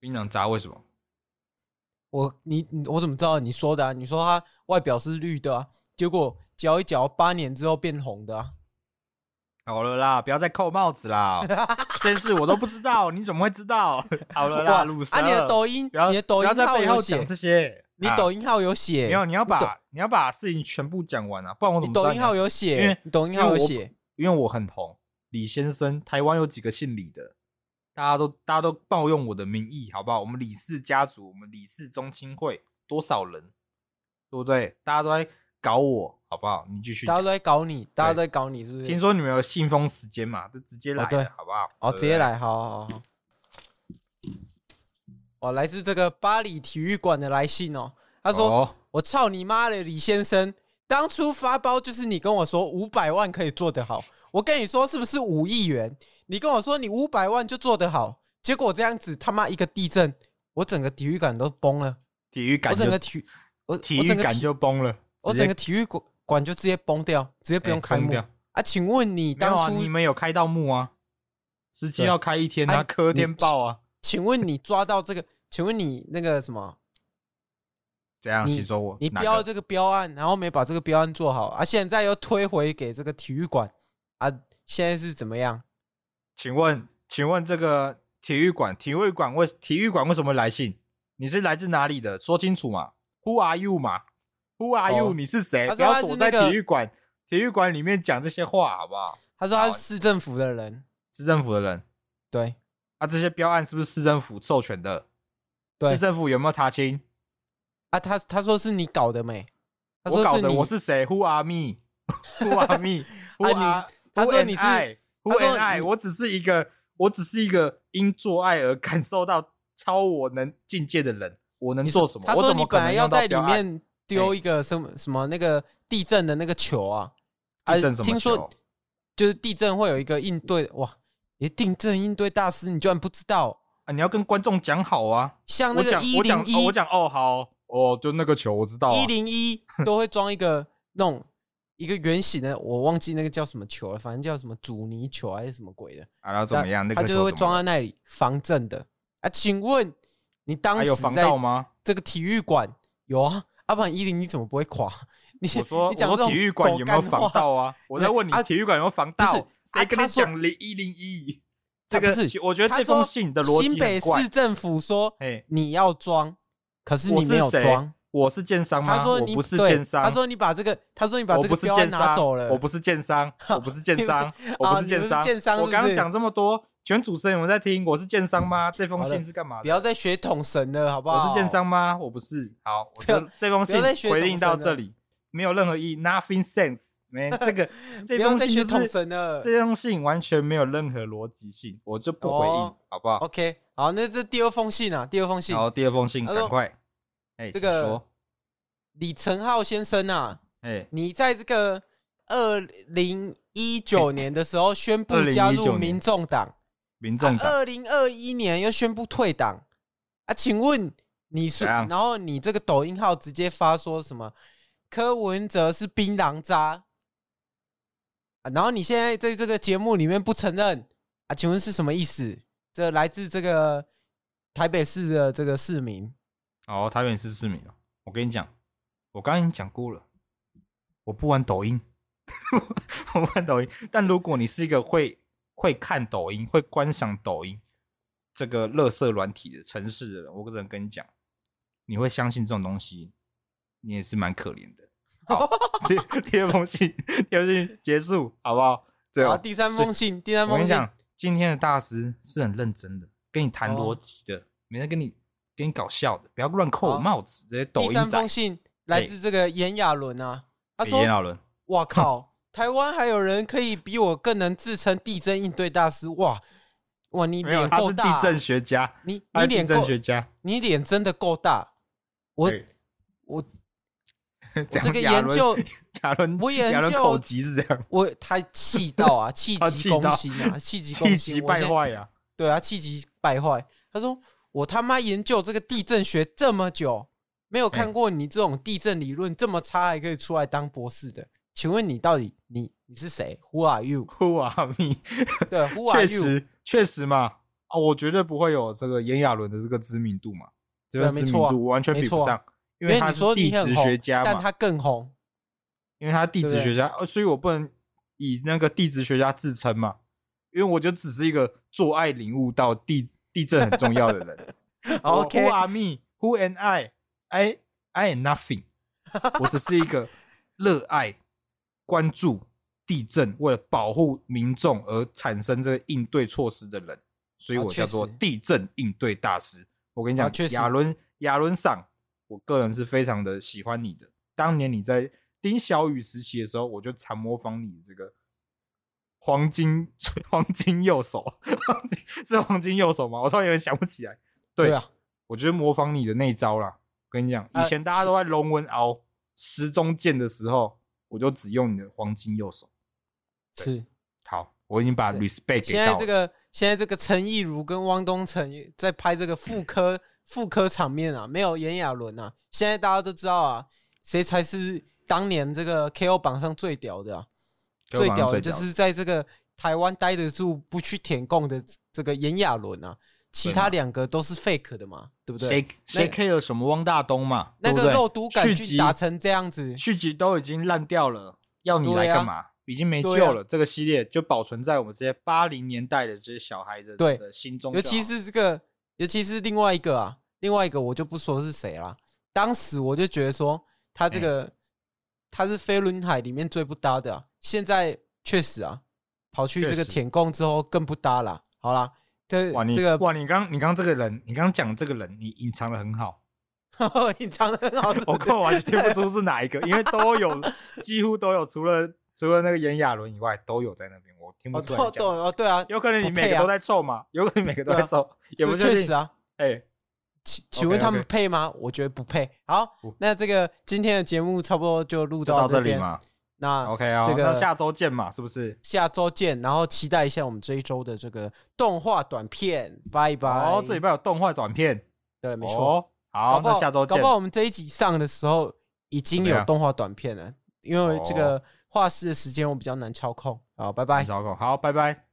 Speaker 3: 槟榔渣为什么？
Speaker 1: 我你你我怎么知道你说的、啊？你说他外表是绿的、啊，结果嚼一嚼，八年之后变红的、啊。
Speaker 3: 好了啦，不要再扣帽子啦！哦这件事我都不知道，你怎么会知道？好了啦，鲁蛇，
Speaker 1: 啊，你的抖音，
Speaker 3: 不要
Speaker 1: 你的抖
Speaker 3: 不要
Speaker 1: 音
Speaker 3: 在
Speaker 1: 号
Speaker 3: 背后
Speaker 1: 有写
Speaker 3: 讲，这些，
Speaker 1: 你
Speaker 3: 啊
Speaker 1: 抖音号有写，
Speaker 3: 没有？你要
Speaker 1: 抖
Speaker 3: 把你要把事情全部讲完啊，不然我怎
Speaker 1: 你
Speaker 3: 么知道
Speaker 1: 抖
Speaker 3: 你
Speaker 1: 音号
Speaker 3: 要？
Speaker 1: 有
Speaker 3: 因
Speaker 1: 写
Speaker 3: 为，
Speaker 1: 你抖音
Speaker 3: 因
Speaker 1: 号
Speaker 3: 为
Speaker 1: 有
Speaker 3: 我
Speaker 1: 写，
Speaker 3: 因为我很红，李先生，台湾有几个姓李的，大家都大家都冒用我的名义，好不好？我们李氏家族，我们李氏宗亲会多少人，对不对？大家都在搞我，好不好？你继续
Speaker 1: 大
Speaker 3: 讲。
Speaker 1: 家都在搞你，大家都在搞你，是不是？
Speaker 3: 听说你们有信封时间嘛，就直接来
Speaker 1: 哦对
Speaker 3: 了，好不好？
Speaker 1: 哦，
Speaker 3: 对
Speaker 1: 直
Speaker 3: 不对
Speaker 1: 接来，好好好。哦，来自这个巴黎体育馆的来信哦，他说：“
Speaker 3: 哦
Speaker 1: 我操你妈的，李先生！当初发包就是你跟我说五百万可以做得好，我跟你说是不是五亿元？你跟我说你五百万就做得好，结果这样子他妈一个地震，我整个体育馆都崩了，
Speaker 3: 体育感
Speaker 1: 我
Speaker 3: 就
Speaker 1: 整个体育我
Speaker 3: 体
Speaker 1: 我
Speaker 3: 育
Speaker 1: 整个
Speaker 3: 感
Speaker 1: 体
Speaker 3: 就崩了，
Speaker 1: 我
Speaker 3: 直接
Speaker 1: 整个体育馆馆就直接崩掉，直接不用
Speaker 3: 哎
Speaker 1: 开
Speaker 3: 崩
Speaker 1: 幕、
Speaker 3: 掉
Speaker 1: 啊？请问你
Speaker 3: 没有
Speaker 1: 当
Speaker 3: 啊
Speaker 1: 初、
Speaker 3: 你们有开到幕啊，十七
Speaker 1: 对
Speaker 3: 号开一天
Speaker 1: 哎
Speaker 3: 啊，科天报啊，
Speaker 1: 请问你抓到这个？请问你那个什么？
Speaker 3: 怎样？
Speaker 1: 你
Speaker 3: 请说我
Speaker 1: 你
Speaker 3: 哪
Speaker 1: 标
Speaker 3: 个
Speaker 1: 这个标案，然后没把这个标案做好，啊，现在又推回给这个体育馆，啊，现在是怎么样？
Speaker 3: 请问请问这个体育馆体育馆为体育馆为什么来信？你是来自哪里的？说清楚嘛，Who are you 嘛？Who are you？、
Speaker 1: 哦
Speaker 3: 你是谁？
Speaker 1: 他
Speaker 3: 不
Speaker 1: 说他
Speaker 3: 要
Speaker 1: 是
Speaker 3: 躲
Speaker 1: 那
Speaker 3: 在
Speaker 1: 个
Speaker 3: 体育馆、体育馆里面讲这些话好不好？啊
Speaker 1: 他说他是市政府的人，
Speaker 3: 市政府的人
Speaker 1: 对
Speaker 3: 啊，这些标案是不是市政府授权的？
Speaker 1: 对
Speaker 3: 市政府有没有查清？
Speaker 1: 啊，他他说是你搞的没？他
Speaker 3: 我
Speaker 1: 说
Speaker 3: 搞
Speaker 1: 是
Speaker 3: 的，
Speaker 1: 你，
Speaker 3: 我是谁？Who are (laughs) me？Who are me？Who
Speaker 1: (laughs) 啊
Speaker 3: are？
Speaker 1: 他
Speaker 3: who
Speaker 1: 说
Speaker 3: am
Speaker 1: 你是
Speaker 3: I？
Speaker 1: 他
Speaker 3: Who
Speaker 1: 说
Speaker 3: am I？
Speaker 1: 你
Speaker 3: 我只是一个，我只是一个因做爱而感受到超我能境界的人。我能
Speaker 1: 你
Speaker 3: 做什么？
Speaker 1: 他
Speaker 3: 我
Speaker 1: 说
Speaker 3: 怎
Speaker 1: 你
Speaker 3: 么可
Speaker 1: 本
Speaker 3: 能
Speaker 1: 来
Speaker 3: 用
Speaker 1: 要
Speaker 3: 到
Speaker 1: 在里
Speaker 3: 标案哎
Speaker 1: 面丢一个什么什么那个地震的那个球啊，啊
Speaker 3: 地震什么
Speaker 1: 听说
Speaker 3: 球
Speaker 1: 就是地震会有一个应对，哇，你地震应对大师，你居然不知道？
Speaker 3: 啊？你要跟观众讲好啊！
Speaker 1: 像那
Speaker 3: 我
Speaker 1: 个
Speaker 3: 讲，
Speaker 1: 一
Speaker 3: 我讲
Speaker 1: 零，
Speaker 3: 哦
Speaker 1: 一
Speaker 3: 我讲哦，好哦，就那个球，我知道啊。
Speaker 1: 一零一都会装一个那种一个圆形的，我忘记那个叫什么球了，反正叫什么阻尼球还是什么鬼的。
Speaker 3: 啊，然后怎么样？那
Speaker 1: 他
Speaker 3: 个
Speaker 1: 就
Speaker 3: 球
Speaker 1: 会
Speaker 3: 怎么
Speaker 1: 装
Speaker 3: 了
Speaker 1: 在那里防震的啊。请问你当
Speaker 3: 啊
Speaker 1: 时
Speaker 3: 有防
Speaker 1: 在
Speaker 3: 盗吗？
Speaker 1: 这个体育馆有啊？要、不然一零一怎么不会垮？ (laughs) 你
Speaker 3: 我说
Speaker 1: 你
Speaker 3: 我
Speaker 1: 讲这
Speaker 3: 说
Speaker 1: 种
Speaker 3: 体育馆
Speaker 1: 狗
Speaker 3: 有没有
Speaker 1: 干
Speaker 3: 防
Speaker 1: 话
Speaker 3: 盗
Speaker 1: (laughs)
Speaker 3: 啊？我在问你
Speaker 1: 啊
Speaker 3: 体育馆有没有防
Speaker 1: 是
Speaker 3: 盗？谁
Speaker 1: 啊
Speaker 3: 跟
Speaker 1: 他
Speaker 3: 你
Speaker 1: 说
Speaker 3: 讲零一零一？
Speaker 1: 他
Speaker 3: 这
Speaker 1: 不
Speaker 3: 个
Speaker 1: 是
Speaker 3: 其我觉得
Speaker 1: 他
Speaker 3: 这封
Speaker 1: 说
Speaker 3: 信的逻
Speaker 1: 新
Speaker 3: 辑很
Speaker 1: 北
Speaker 3: 怪
Speaker 1: 市。政府说
Speaker 3: 哎，
Speaker 1: 你要装，可是
Speaker 3: 我
Speaker 1: 你
Speaker 3: 是
Speaker 1: 没有
Speaker 3: 谁
Speaker 1: 装。
Speaker 3: 我是建商吗？
Speaker 1: 他说
Speaker 3: 我
Speaker 1: 你
Speaker 3: 不是
Speaker 1: 对
Speaker 3: 建商。
Speaker 1: 他说你把这个，他说你把
Speaker 3: 我
Speaker 1: 这个
Speaker 3: 不是
Speaker 1: 标
Speaker 3: 建
Speaker 1: 案
Speaker 3: 商，
Speaker 1: 拿走了。
Speaker 3: 我不是建
Speaker 1: (laughs)
Speaker 3: 商，我不是建商，我不是建商。
Speaker 1: 你们是建商
Speaker 3: 我刚
Speaker 1: 是不
Speaker 3: 刚
Speaker 1: 是嗯
Speaker 3: 讲这么多，全主持人有没有在听？我是建商吗？这封
Speaker 1: 好的
Speaker 3: 信是干嘛
Speaker 1: 不
Speaker 3: 的？
Speaker 1: 要再学统神了，好不好？
Speaker 3: 我是建商吗？我不是。好，我这
Speaker 1: 不
Speaker 3: 这封信
Speaker 1: 不要再学
Speaker 3: 回应到
Speaker 1: 统神
Speaker 3: 这
Speaker 1: 了
Speaker 3: 里，没有任何意义，nothing sense。没这个
Speaker 1: (laughs)
Speaker 3: 这
Speaker 1: 不要
Speaker 3: 封
Speaker 1: 再
Speaker 3: 信
Speaker 1: 学
Speaker 3: 就
Speaker 1: 统
Speaker 3: 是
Speaker 1: 神了。
Speaker 3: 这封信完全没有任何逻辑性，我就不回应
Speaker 1: 哦，
Speaker 3: 好不好？
Speaker 1: OK，好，那这第二封信啊，第二封信
Speaker 3: 然，后第二封信，
Speaker 1: 他说
Speaker 3: 赶快，哎，
Speaker 1: 这
Speaker 3: 请
Speaker 1: 个
Speaker 3: 说，
Speaker 1: 李承浩先生啊，
Speaker 3: 哎，
Speaker 1: 你在这个二零一
Speaker 3: 哎
Speaker 1: 九年的时候宣布
Speaker 3: 2019
Speaker 1: 加入
Speaker 3: 年
Speaker 1: 民众党，
Speaker 3: 民众党
Speaker 1: 二零二一年又宣布退党啊？请问你是？
Speaker 3: 怎样
Speaker 1: 然后你这个抖音号直接发说什么？柯文哲是槟榔渣、啊，然后你现在在这个节目里面不承认啊？请问是什么意思？这来自这个台北市的这个市民，
Speaker 3: 哦，台北市市民哦，我跟你讲，我刚刚已经讲过了，我不玩抖音， (laughs) 我不玩抖音。但如果你是一个会会看抖音、会观赏抖音这个乐色软体的城市的人，我只能跟你讲，你会相信这种东西，你也是蛮可怜的。好， (laughs) 第第二封信，第二封信结束，好不好？最
Speaker 1: 然
Speaker 3: 后
Speaker 1: 后第三封信，第三
Speaker 3: 哦我跟
Speaker 1: 封
Speaker 3: 你
Speaker 1: 信，
Speaker 3: 讲，今天的大师是很认真的，跟你谈
Speaker 1: 哦
Speaker 3: 逻辑的，没在跟你跟你搞笑的，不要乱扣我
Speaker 1: 哦
Speaker 3: 帽子。这些抖
Speaker 1: 第
Speaker 3: 音
Speaker 1: 三
Speaker 3: 仔
Speaker 1: 封，信来自这个炎亚纶啊，他
Speaker 3: 哎
Speaker 1: 说
Speaker 3: 严老人，：“
Speaker 1: 哇靠，台湾还有人可以比我更能自称地震应对大师，哇哇，你
Speaker 3: 没有，
Speaker 1: 脸
Speaker 3: 他
Speaker 1: 够
Speaker 3: 是地
Speaker 1: 大，啊
Speaker 3: 震学家，
Speaker 1: 你
Speaker 3: 他
Speaker 1: 你
Speaker 3: 是地
Speaker 1: 脸
Speaker 3: 震
Speaker 1: 够，
Speaker 3: 学家。
Speaker 1: 你脸真的够大，我
Speaker 3: 对
Speaker 1: 我
Speaker 3: (laughs) 讲
Speaker 1: 这个
Speaker 3: 亚
Speaker 1: 研
Speaker 3: 伦
Speaker 1: 究，
Speaker 3: 亚伦，
Speaker 1: 我研
Speaker 3: 亚伦
Speaker 1: 究
Speaker 3: 口疾是这样，
Speaker 1: 我他气到啊，气
Speaker 3: (laughs) 他
Speaker 1: 急
Speaker 3: 气
Speaker 1: 攻
Speaker 3: 到
Speaker 1: 心啊，气急攻
Speaker 3: 气
Speaker 1: 心，
Speaker 3: 急
Speaker 1: 我
Speaker 3: 败
Speaker 1: 现在
Speaker 3: 坏呀。
Speaker 1: 对啊，气急败坏。他说：“我他妈研究这个地震学这么久，没有看
Speaker 3: 哎
Speaker 1: 过你这种地震理论这么差，还可以出来当博士的。请问你到底你你是谁？Who are you？
Speaker 3: 呼啊咪，
Speaker 1: 对，Who
Speaker 3: 确
Speaker 1: are you？
Speaker 3: 实确实嘛，啊，我绝对不会有这个炎亚纶的这个知名度嘛，这个
Speaker 1: 对
Speaker 3: 知
Speaker 1: 没
Speaker 3: 名
Speaker 1: 错啊
Speaker 3: 度完全
Speaker 1: 没
Speaker 3: 比
Speaker 1: 错
Speaker 3: 不
Speaker 1: 啊
Speaker 3: 上，因
Speaker 1: 因
Speaker 3: 为
Speaker 1: 为
Speaker 3: 他
Speaker 1: 你
Speaker 3: 是
Speaker 1: 说
Speaker 3: 地
Speaker 1: 你很
Speaker 3: 质
Speaker 1: 红
Speaker 3: 学，家
Speaker 1: 但
Speaker 3: 嘛
Speaker 1: 他。更
Speaker 3: (laughs)
Speaker 1: 红。
Speaker 3: 因为他地
Speaker 1: 对不
Speaker 3: 质
Speaker 1: 对
Speaker 3: 学家，呃所以我不能以那个地质学家自称嘛，因为我就只是一个做爱领悟到地地震很重要的人。我
Speaker 1: OK，
Speaker 3: Who are me? Who am I? I I am nothing 。 (laughs) 我只是一个热爱关注地震，为了保护民众而产生这个应对措施的人，所以
Speaker 1: 哦
Speaker 3: 我
Speaker 1: 确
Speaker 3: 叫做
Speaker 1: 实
Speaker 3: 地震应对大师。我跟你
Speaker 1: 哦
Speaker 3: 讲
Speaker 1: 确，实
Speaker 3: 亚伦亚伦赏，我个人是非常的喜欢你的。当年你在丁小雨时期的时候，我就常模仿你这个黄金 (laughs) 黄金右手，黄金是黄金右手吗？我突然有点想不起来。对
Speaker 1: 对啊，
Speaker 3: 我就是模仿你的那一招啦。跟你讲，以
Speaker 1: 呃
Speaker 3: 前大家都在龙纹鳌时钟剑的时候，我就只用你的黄金右手。
Speaker 1: 是。
Speaker 3: 好，我已经把 respect 给
Speaker 1: 现在
Speaker 3: 到
Speaker 1: 这
Speaker 3: 了。
Speaker 1: 个现在这个陈亦儒跟汪东城也在拍这个妇科妇科场面啊，没有炎亚纶啊。现在大家都知道啊，谁才是当年这个 KO 榜上最屌的啊？最
Speaker 3: KO 榜上最屌
Speaker 1: 屌的
Speaker 3: 的
Speaker 1: 就是在这个台湾待得住不去舔供的这个炎亚纶啊，其他两个都是 fake 的嘛，对不对？
Speaker 3: 谁谁 care 什么汪大东嘛？
Speaker 1: 那
Speaker 3: 对
Speaker 1: 个
Speaker 3: 不对
Speaker 1: 肉毒杆
Speaker 3: 续
Speaker 1: 菌
Speaker 3: 集
Speaker 1: 打成这样子，
Speaker 3: 续集都已经烂掉了，要你来
Speaker 1: 对啊
Speaker 3: 干嘛？已经没救
Speaker 1: 对啊
Speaker 3: 了。这个系列就保存在我们这些八零年代的这些小孩的
Speaker 1: 对
Speaker 3: 的心中就
Speaker 1: 尤
Speaker 3: 好，
Speaker 1: 其是这个，尤其是另外一个啊，另外一个我就不说是谁啦。当时我就觉得说，他这
Speaker 3: 哎
Speaker 1: 个、他是飞轮海里面最不搭的、啊，现在确实啊，跑去
Speaker 3: 确
Speaker 1: 这个
Speaker 3: 实
Speaker 1: 舔供之后更不搭啦。好啦，这
Speaker 3: 哇你
Speaker 1: 这个 (laughs)
Speaker 3: 哇你刚你刚这个人，你刚讲这个人，你隐藏的很好。
Speaker 1: 隐藏的很好，是不
Speaker 3: (laughs) 我
Speaker 1: 是
Speaker 3: 根本完全听不出是哪一个，因为都有，几乎都有，除了除了那个炎亚纶以外，都有在那边，我听不
Speaker 1: 哦，
Speaker 3: 出
Speaker 1: 对
Speaker 3: 来你
Speaker 1: 对
Speaker 3: 讲。
Speaker 1: 哦，对啊，
Speaker 3: 有可能你每个都在凑嘛，有可能你每个都在凑，也
Speaker 1: 对啊
Speaker 3: 不确
Speaker 1: 确实
Speaker 3: 定。
Speaker 1: 啊。
Speaker 3: 哎，
Speaker 1: 请请问
Speaker 3: OK，OK
Speaker 1: 他们配吗我觉得不配。好
Speaker 3: 不，
Speaker 1: 那这个今天的节目差不多就录
Speaker 3: 就到这里
Speaker 1: 边。
Speaker 3: 嘛。
Speaker 1: 那
Speaker 3: OK 啊，
Speaker 1: 这个
Speaker 3: 那下周见嘛，是不是？
Speaker 1: 下周见，然后期待一下我们这一周的这个动画短片，拜拜。
Speaker 3: 哦，这礼拜有动画短片，
Speaker 1: 对，没错。
Speaker 3: 哦。好
Speaker 1: 搞，不
Speaker 3: 那
Speaker 1: 好
Speaker 3: 下周
Speaker 1: 搞
Speaker 3: 见
Speaker 1: 不。好我们这一集上的时候已经
Speaker 3: 怎么
Speaker 1: 有
Speaker 3: 样
Speaker 1: 动画短片了，因为这个
Speaker 3: 哦
Speaker 1: 画师的时间我比较难操控。好，拜拜。
Speaker 3: 糟糕，好，拜拜。